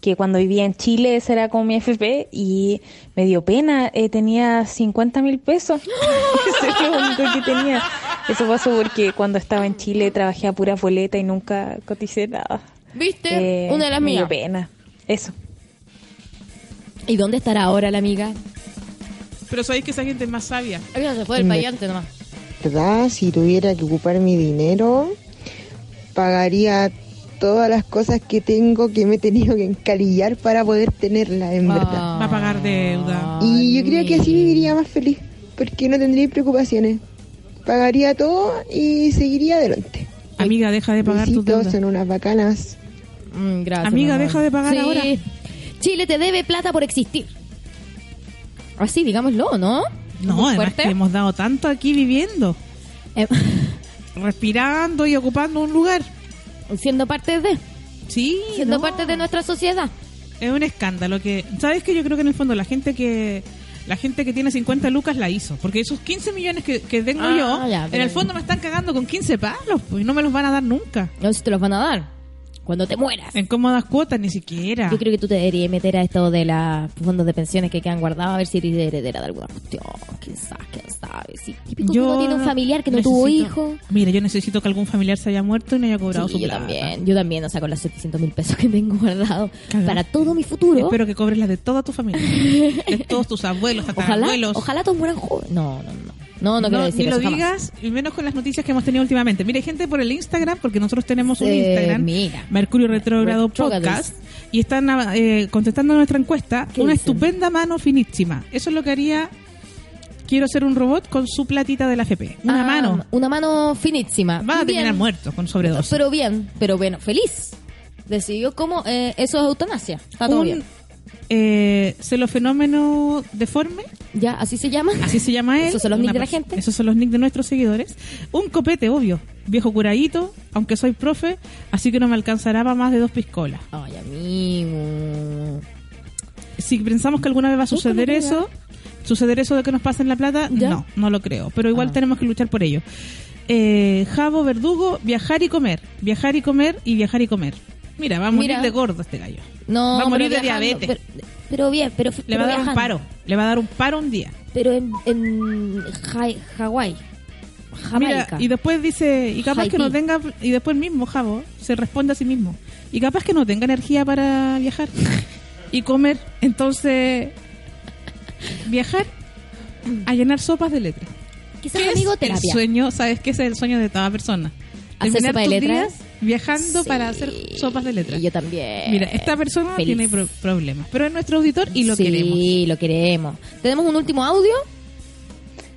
S10: que cuando vivía en Chile esa era como mi AFP y me dio pena, eh, tenía 50
S6: [LAUGHS]
S10: mil pesos. [LAUGHS] Eso es lo único que tenía. Eso pasó porque cuando estaba en Chile trabajé a pura boleta y nunca coticé nada.
S3: [LAUGHS] ¿Viste?
S10: Eh,
S3: Una de las
S10: Me dio
S3: mías.
S10: pena. Eso.
S3: ¿Y dónde estará ahora la amiga?
S2: Pero sabéis que esa gente es más sabia.
S3: Ella se fue del país antes nomás.
S11: verdad, si tuviera que ocupar mi dinero, pagaría todas las cosas que tengo que me he tenido que encalillar para poder tenerla, en verdad.
S2: Va a pagar deuda.
S11: Y yo creo que así viviría más feliz, porque no tendría preocupaciones. Pagaría todo y seguiría adelante.
S2: Amiga, deja de pagar tus
S11: Besitos,
S2: deudas.
S11: son unas bacanas.
S3: Mm, gracias. mi
S2: Amiga,
S3: amor.
S2: deja de pagar
S3: Sí.
S2: ahora.
S3: Chile te debe plata por existir. Así, digámoslo, ¿no?
S2: No,
S3: Muy
S2: además
S3: fuerte.
S2: que le hemos dado tanto aquí viviendo,
S3: Eh, [LAUGHS]
S2: respirando y ocupando un lugar.
S3: siendo parte de,
S2: Sí,
S3: siendo
S2: no.
S3: parte de nuestra sociedad.
S2: es un escándalo que sabes que yo creo que en el fondo la gente que la gente que tiene 50 lucas la hizo, porque esos 15 millones que, que tengo
S3: Ah,
S2: yo,
S3: ya,
S2: en
S3: pero-
S2: el fondo me están cagando con 15 palos, pues y no me los van a dar nunca.
S3: No sé si te los van a dar cuando te mueras.
S2: En cómodas cuotas ni siquiera.
S3: Yo creo que tú te deberías meter a esto de los fondos de pensiones que quedan guardados a ver si eres heredera de alguna cuestión. Quién sabe, quién sabe. Si típico que uno tiene un familiar que no tuvo
S2: necesito-
S3: hijo.
S2: Mira, yo necesito que algún familiar se haya muerto y no haya cobrado
S3: Sí,
S2: su
S3: yo
S2: plata.
S3: también, yo también, o sea, con los 700 mil pesos que tengo guardado
S2: Claro.
S3: para todo mi futuro.
S2: Espero que cobres las de toda tu familia,
S3: [LAUGHS]
S2: de todos tus abuelos,
S3: Ojalá,
S2: tatarabuelos.
S3: ojalá todos mueran jóvenes. No, no, no. No, no quiero decir
S2: ni
S3: eso
S2: lo
S3: jamás.
S2: digas, y menos con las noticias que hemos tenido últimamente. Mire, gente por el Instagram, porque nosotros tenemos un
S3: Eh,
S2: Instagram,
S3: mira.
S2: Mercurio Retrógrado
S3: Retrógrados.
S2: Podcast, y están ah, eh, contestando nuestra encuesta,
S3: ¿Qué
S2: una
S3: dicen?
S2: estupenda mano finísima. Eso es lo que haría Quiero ser un robot con su platita de la FP. Una
S3: Ah,
S2: mano.
S3: Una mano finísima.
S2: Van a terminar
S3: Bien.
S2: muertos con sobredosis.
S3: Pero bien, pero bueno, feliz. Decidió cómo. eh, eso es eutanasia. Está todo
S2: Un,
S3: bien.
S2: eh, celofenómeno deforme,
S3: Ya, así se llama.
S2: así se llama él.
S3: Esos son los
S2: Una
S3: nick de la
S2: pers-
S3: gente.
S2: Esos son los nick de nuestros seguidores. Un copete, obvio. Viejo curadito, aunque soy profe, así que no me alcanzará para más de dos piscolas.
S3: Ay, amigo.
S2: si pensamos que alguna vez va a suceder eso, suceder eso de que nos pasen la plata,
S3: ¿Ya?
S2: no, no lo creo. Pero igual
S3: Ah.
S2: tenemos que luchar por ello. Eh, Javo Verdugo, viajar y comer, viajar y comer y viajar y comer. Mira, va a morir
S3: Mira.
S2: de gordo este gallo.
S3: No,
S2: va a
S3: pero
S2: morir de
S3: viajando,
S2: diabetes.
S3: Pero, pero bien, pero.
S2: Le
S3: pero
S2: va a dar un
S3: viajando.
S2: paro, le va a dar un paro un día.
S3: Pero en, en Ja- Hawái.
S2: Mira,
S3: Jamaica.
S2: y después dice, y capaz que no
S3: Haití.
S2: tenga, y después mismo Javo se responde a sí mismo, y capaz que no tenga energía para viajar y comer, entonces viajar a llenar sopas de letras.
S3: Quizás
S2: ¿Qué
S3: amigo
S2: es el
S3: terapia.
S2: sueño? ¿Sabes qué es el sueño de toda persona?
S3: Hacer
S2: Terminar
S3: sopa de
S2: tus
S3: letras.
S2: días viajando para hacer sopas de letras.
S3: Yo también.
S2: Mira, esta persona
S3: Feliz.
S2: tiene pro- problemas, pero es nuestro auditor y lo queremos.
S3: Sí, lo queremos. ¿Tenemos un último audio?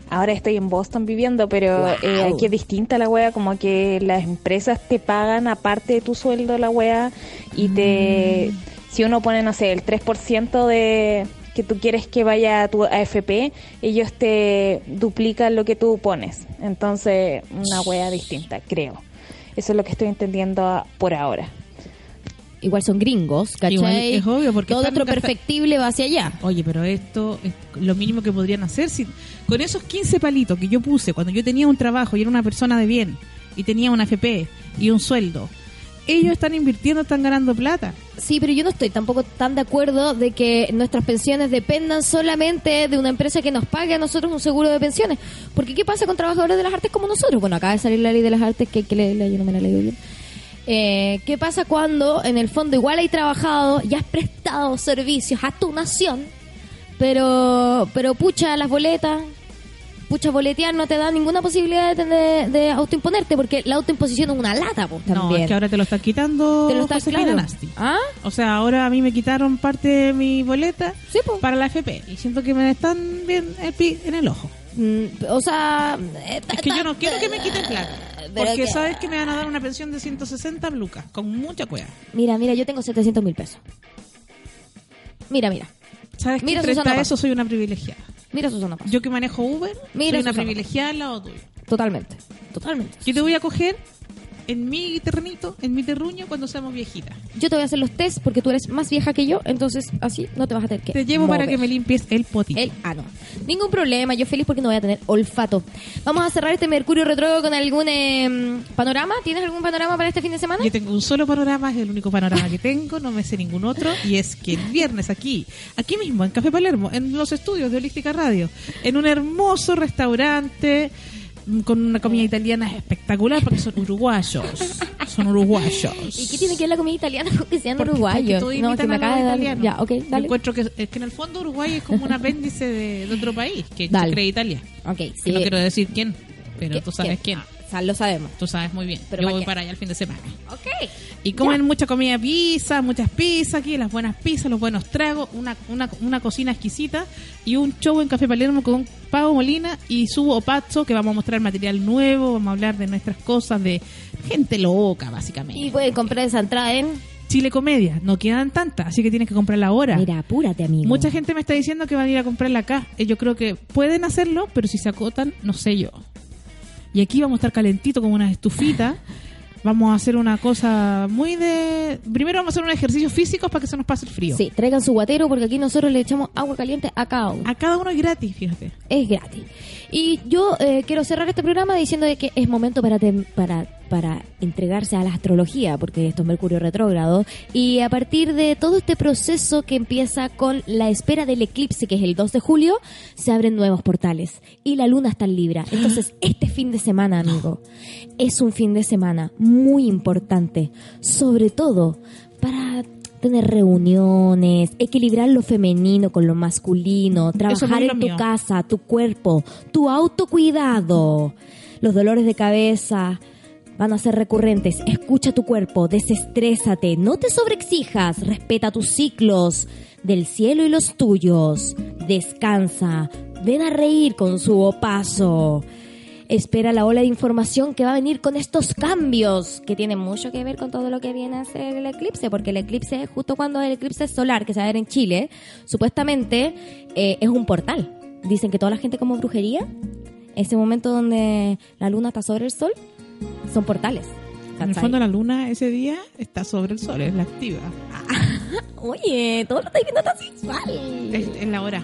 S9: Ahora estoy en Boston viviendo, pero eh, aquí es distinta la wea, como que las empresas te pagan aparte de tu sueldo la wea y te... Si uno pone, no sé, el 3% de que tú quieres que vaya a tu AFP, ellos te duplican lo que tú pones. Entonces, una wea distinta, creo. Eso es lo que estoy entendiendo a- por ahora.
S3: Igual son gringos, ¿cachai?
S2: Igual es obvio porque
S3: Todo
S2: están
S3: otro
S2: gasta-
S3: perfectible va hacia allá.
S2: Oye, pero esto es lo mínimo que podrían hacer. Si, con esos 15 palitos que yo puse cuando yo tenía un trabajo y era una persona de bien y tenía una FP y un sueldo, ellos están invirtiendo, están ganando plata.
S3: Sí, pero yo no estoy tampoco tan de acuerdo de que nuestras pensiones dependan solamente de una empresa que nos pague a nosotros un seguro de pensiones. Porque ¿qué pasa con trabajadores de las artes como nosotros? Bueno, acaba de salir la ley de las artes que, que le- le- yo no me la he leído bien. Eh, ¿Qué pasa cuando en el fondo igual hay trabajado y has prestado servicios a tu nación, pero, pero pucha las boletas, pucha boletear no te da ninguna posibilidad de, de- de autoimponerte porque la autoimposición es una lata pues, también.
S2: No, es que ahora te lo están quitando.
S3: Te lo están-
S2: Josefina
S3: claro. ¿Ah?
S2: Nasti. O sea, ahora a mí me quitaron parte de mi boleta para la FP y siento que me están bien el pi en el ojo.
S3: Mm, o sea, eh,
S2: Es que yo no quiero que me quiten plata.
S3: Pero
S2: Porque
S3: que-
S2: sabes que me van a dar una pensión de 160 lucas, con mucha cueva.
S3: Mira, mira, yo tengo 700 mil pesos. Mira, mira.
S2: ¿Sabes
S3: Mira,
S2: que frente
S3: Susana
S2: a
S3: Paz.
S2: eso soy una privilegiada?
S3: Mira, Susana Paz.
S2: Yo que manejo Uber,
S3: Mira,
S2: soy una
S3: Susana.
S2: privilegiada al lado tuyo.
S3: Totalmente. Totalmente.
S2: Yo te voy a coger en mi terrenito, en mi terruño, cuando seamos viejitas.
S3: Yo te voy a hacer los test porque tú eres más vieja que yo, entonces así no te vas a tener que.
S2: Te llevo para que me limpies el potito.
S3: El ano. Ningún problema, yo feliz porque no voy a tener olfato. Vamos a cerrar este Mercurio Retrógrado con algún eh, panorama. ¿Tienes algún panorama para este fin de semana?
S2: Yo tengo un solo panorama, es el único panorama que tengo, no me sé ningún otro, y es que el viernes aquí, aquí mismo, en Café Palermo, en los estudios de Holística Radio, en un hermoso restaurante mm, con una comida italiana espectacular, porque son uruguayos, son uruguayos.
S3: ¿Y qué tiene que ver la comida italiana con que sean
S2: Porque-
S3: uruguayos?
S2: porque todo
S3: No,
S2: imitan
S3: se me
S2: a los
S3: acaba de dar.
S2: italianos.
S3: Ya, ok,
S2: Yo
S3: dale.
S2: encuentro que, es que en el fondo Uruguay
S3: [LAUGHS]
S2: es como un apéndice de, de otro país, que
S3: Dale.
S2: se cree Italia.
S3: Ok,
S2: Que
S3: sí.
S2: no quiero decir quién, pero
S3: ¿Qué-
S2: tú sabes quién.
S3: O sea, lo sabemos.
S2: Tú sabes muy bien.
S3: Pero
S2: Yo
S3: ¿para
S2: voy
S3: qué?
S2: para allá el fin de semana.
S3: Ok.
S2: Y comen mucha comida pizza, muchas pizzas aquí, las buenas pizzas, los buenos tragos, una, una, una cocina exquisita y un show en Café Palermo con Pablo Molina y su Opazzo, que vamos a mostrar material nuevo, vamos a hablar de nuestras cosas, de gente loca, básicamente.
S3: Y pueden comprar esa entrada en.
S2: Chile Comedia, no quedan tantas, así que tienes que comprarla ahora.
S3: Mira, apúrate, amigo.
S2: Mucha gente me está diciendo que van a ir a comprarla acá. Eh, Yo creo que pueden hacerlo, pero si se acotan, no sé yo. Y aquí vamos a estar calentito como
S3: [LAUGHS]
S2: unas estufitas. Vamos a hacer una cosa muy de... Primero vamos a hacer unos ejercicios físicos para que se nos pase el frío.
S3: Sí, traigan su guatero porque aquí nosotros le echamos agua caliente a cada uno.
S2: A cada uno es gratis, fíjate.
S3: Es gratis. Y yo eh, quiero cerrar este programa diciendo de que es momento para, tem- para, para entregarse a la astrología, porque esto es Mercurio retrógrado. Y a partir de todo este proceso que empieza con la espera del eclipse, que es el 2 de julio, se abren nuevos portales. Y la luna está en Libra. Entonces, este fin de semana, amigo, es un fin de semana muy importante. Sobre todo para tener reuniones, equilibrar lo femenino con lo masculino, trabajar
S2: es lo
S3: en tu
S2: mío.
S3: casa, tu cuerpo, tu autocuidado. Los dolores de cabeza van a ser recurrentes. Escucha tu cuerpo, desestrésate, no te sobreexijas, respeta tus ciclos del cielo y los tuyos. Descansa, ven a reír con su opaso. Espera la ola de información que va a venir con estos cambios, que tienen mucho que ver con todo lo que viene a ser el eclipse, porque el eclipse es justo cuando el eclipse solar, que se va a ver en Chile, supuestamente eh, es un portal. Dicen que toda la gente como brujería, ese momento donde la luna está sobre el sol, son portales.
S2: En el
S3: ¿cachai?
S2: fondo la luna ese día está sobre el sol, es la activa.
S3: Oye, todo lo estáis viendo tan sexual.
S2: Es, es la hora.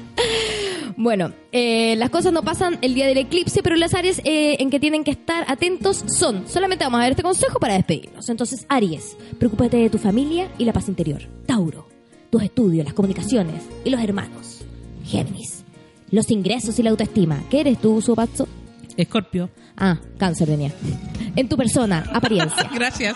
S3: Bueno, eh, las cosas no pasan el día del eclipse, pero las áreas eh, en que tienen que estar atentos son. Solamente vamos a ver este consejo para despedirnos. Entonces, Aries, preocúpate de tu familia y la paz interior. Tauro, tus estudios, las comunicaciones y los hermanos. Géminis, los ingresos y la autoestima. ¿Qué eres tú, Subazo?
S2: Escorpio.
S3: Ah, cáncer venía. En tu persona, apariencia.
S2: Gracias.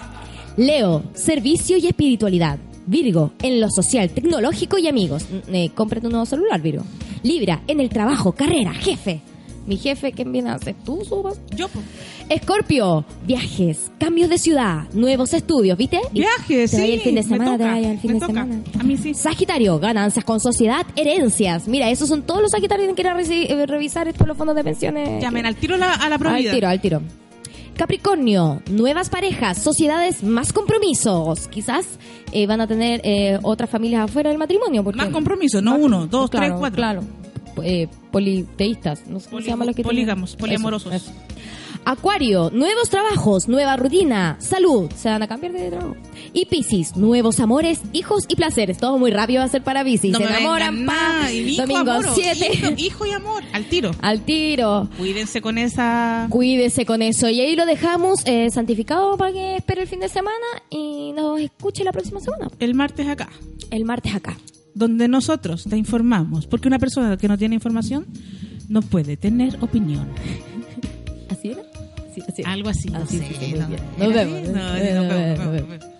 S3: Leo, servicio y espiritualidad. Virgo, en lo social, tecnológico y amigos. Mm, eh, cómprate un nuevo celular, Virgo. Libra, en el trabajo, carrera, jefe. Mi jefe, ¿quién viene a hacer? ¿Tú subas?
S2: Yo. pues,
S3: Escorpio, viajes, cambios de ciudad, nuevos estudios, ¿viste? Y
S2: Viajes,
S3: te vaya
S2: sí,
S3: el fin de
S2: me
S3: semana, te
S2: toca,
S3: vaya el fin
S2: me
S3: de
S2: toca.
S3: semana.
S2: A mí sí.
S3: Sagitario, ganancias con sociedad, herencias. Mira, esos son todos los Sagitarios que quieren reci- eh, revisar estos los fondos de pensiones.
S2: Llamen al tiro la- a la
S3: Al
S2: probidad.
S3: tiro, al tiro. Capricornio, nuevas parejas, sociedades, más compromisos. Quizás eh, van a tener eh, otras familias afuera del matrimonio. Porque,
S2: Más compromiso, no uno, dos,
S3: Claro,
S2: tres, cuatro.
S3: Claro. Eh, politeístas, no sé cómo se
S2: Poli-
S3: llaman los que tienen.
S2: polígamos, poliamorosos.
S3: Eso, eso. Acuario, nuevos trabajos, nueva rutina, salud, se van a cambiar de trabajo. Y Piscis, nuevos amores, hijos y placeres. Todo muy rápido va a ser para Piscis.
S2: No
S3: se
S2: me vengan
S3: enamoran, pa.
S2: nada, y hijo,
S3: Domingo Ah.
S2: amor,
S3: 7.
S2: Hijo, hijo y amor, al tiro.
S3: Al tiro.
S2: Cuídense con esa.
S3: Cuídese con eso. Y ahí lo dejamos eh, santificado para que espere el fin de semana y nos escuche la próxima semana.
S2: El martes acá.
S3: El martes acá.
S2: Donde nosotros te informamos. Porque una persona que no tiene información no puede tener opinión.
S3: ¿Así era?
S2: Algo así. no sé, no-
S3: Nos
S2: ¿Era
S3: vemos.
S2: así? No,
S3: Eh,
S2: no,
S3: nos
S2: no,
S3: vemos, Eh,
S2: no,
S3: nos
S2: no,
S3: vemos.
S2: no.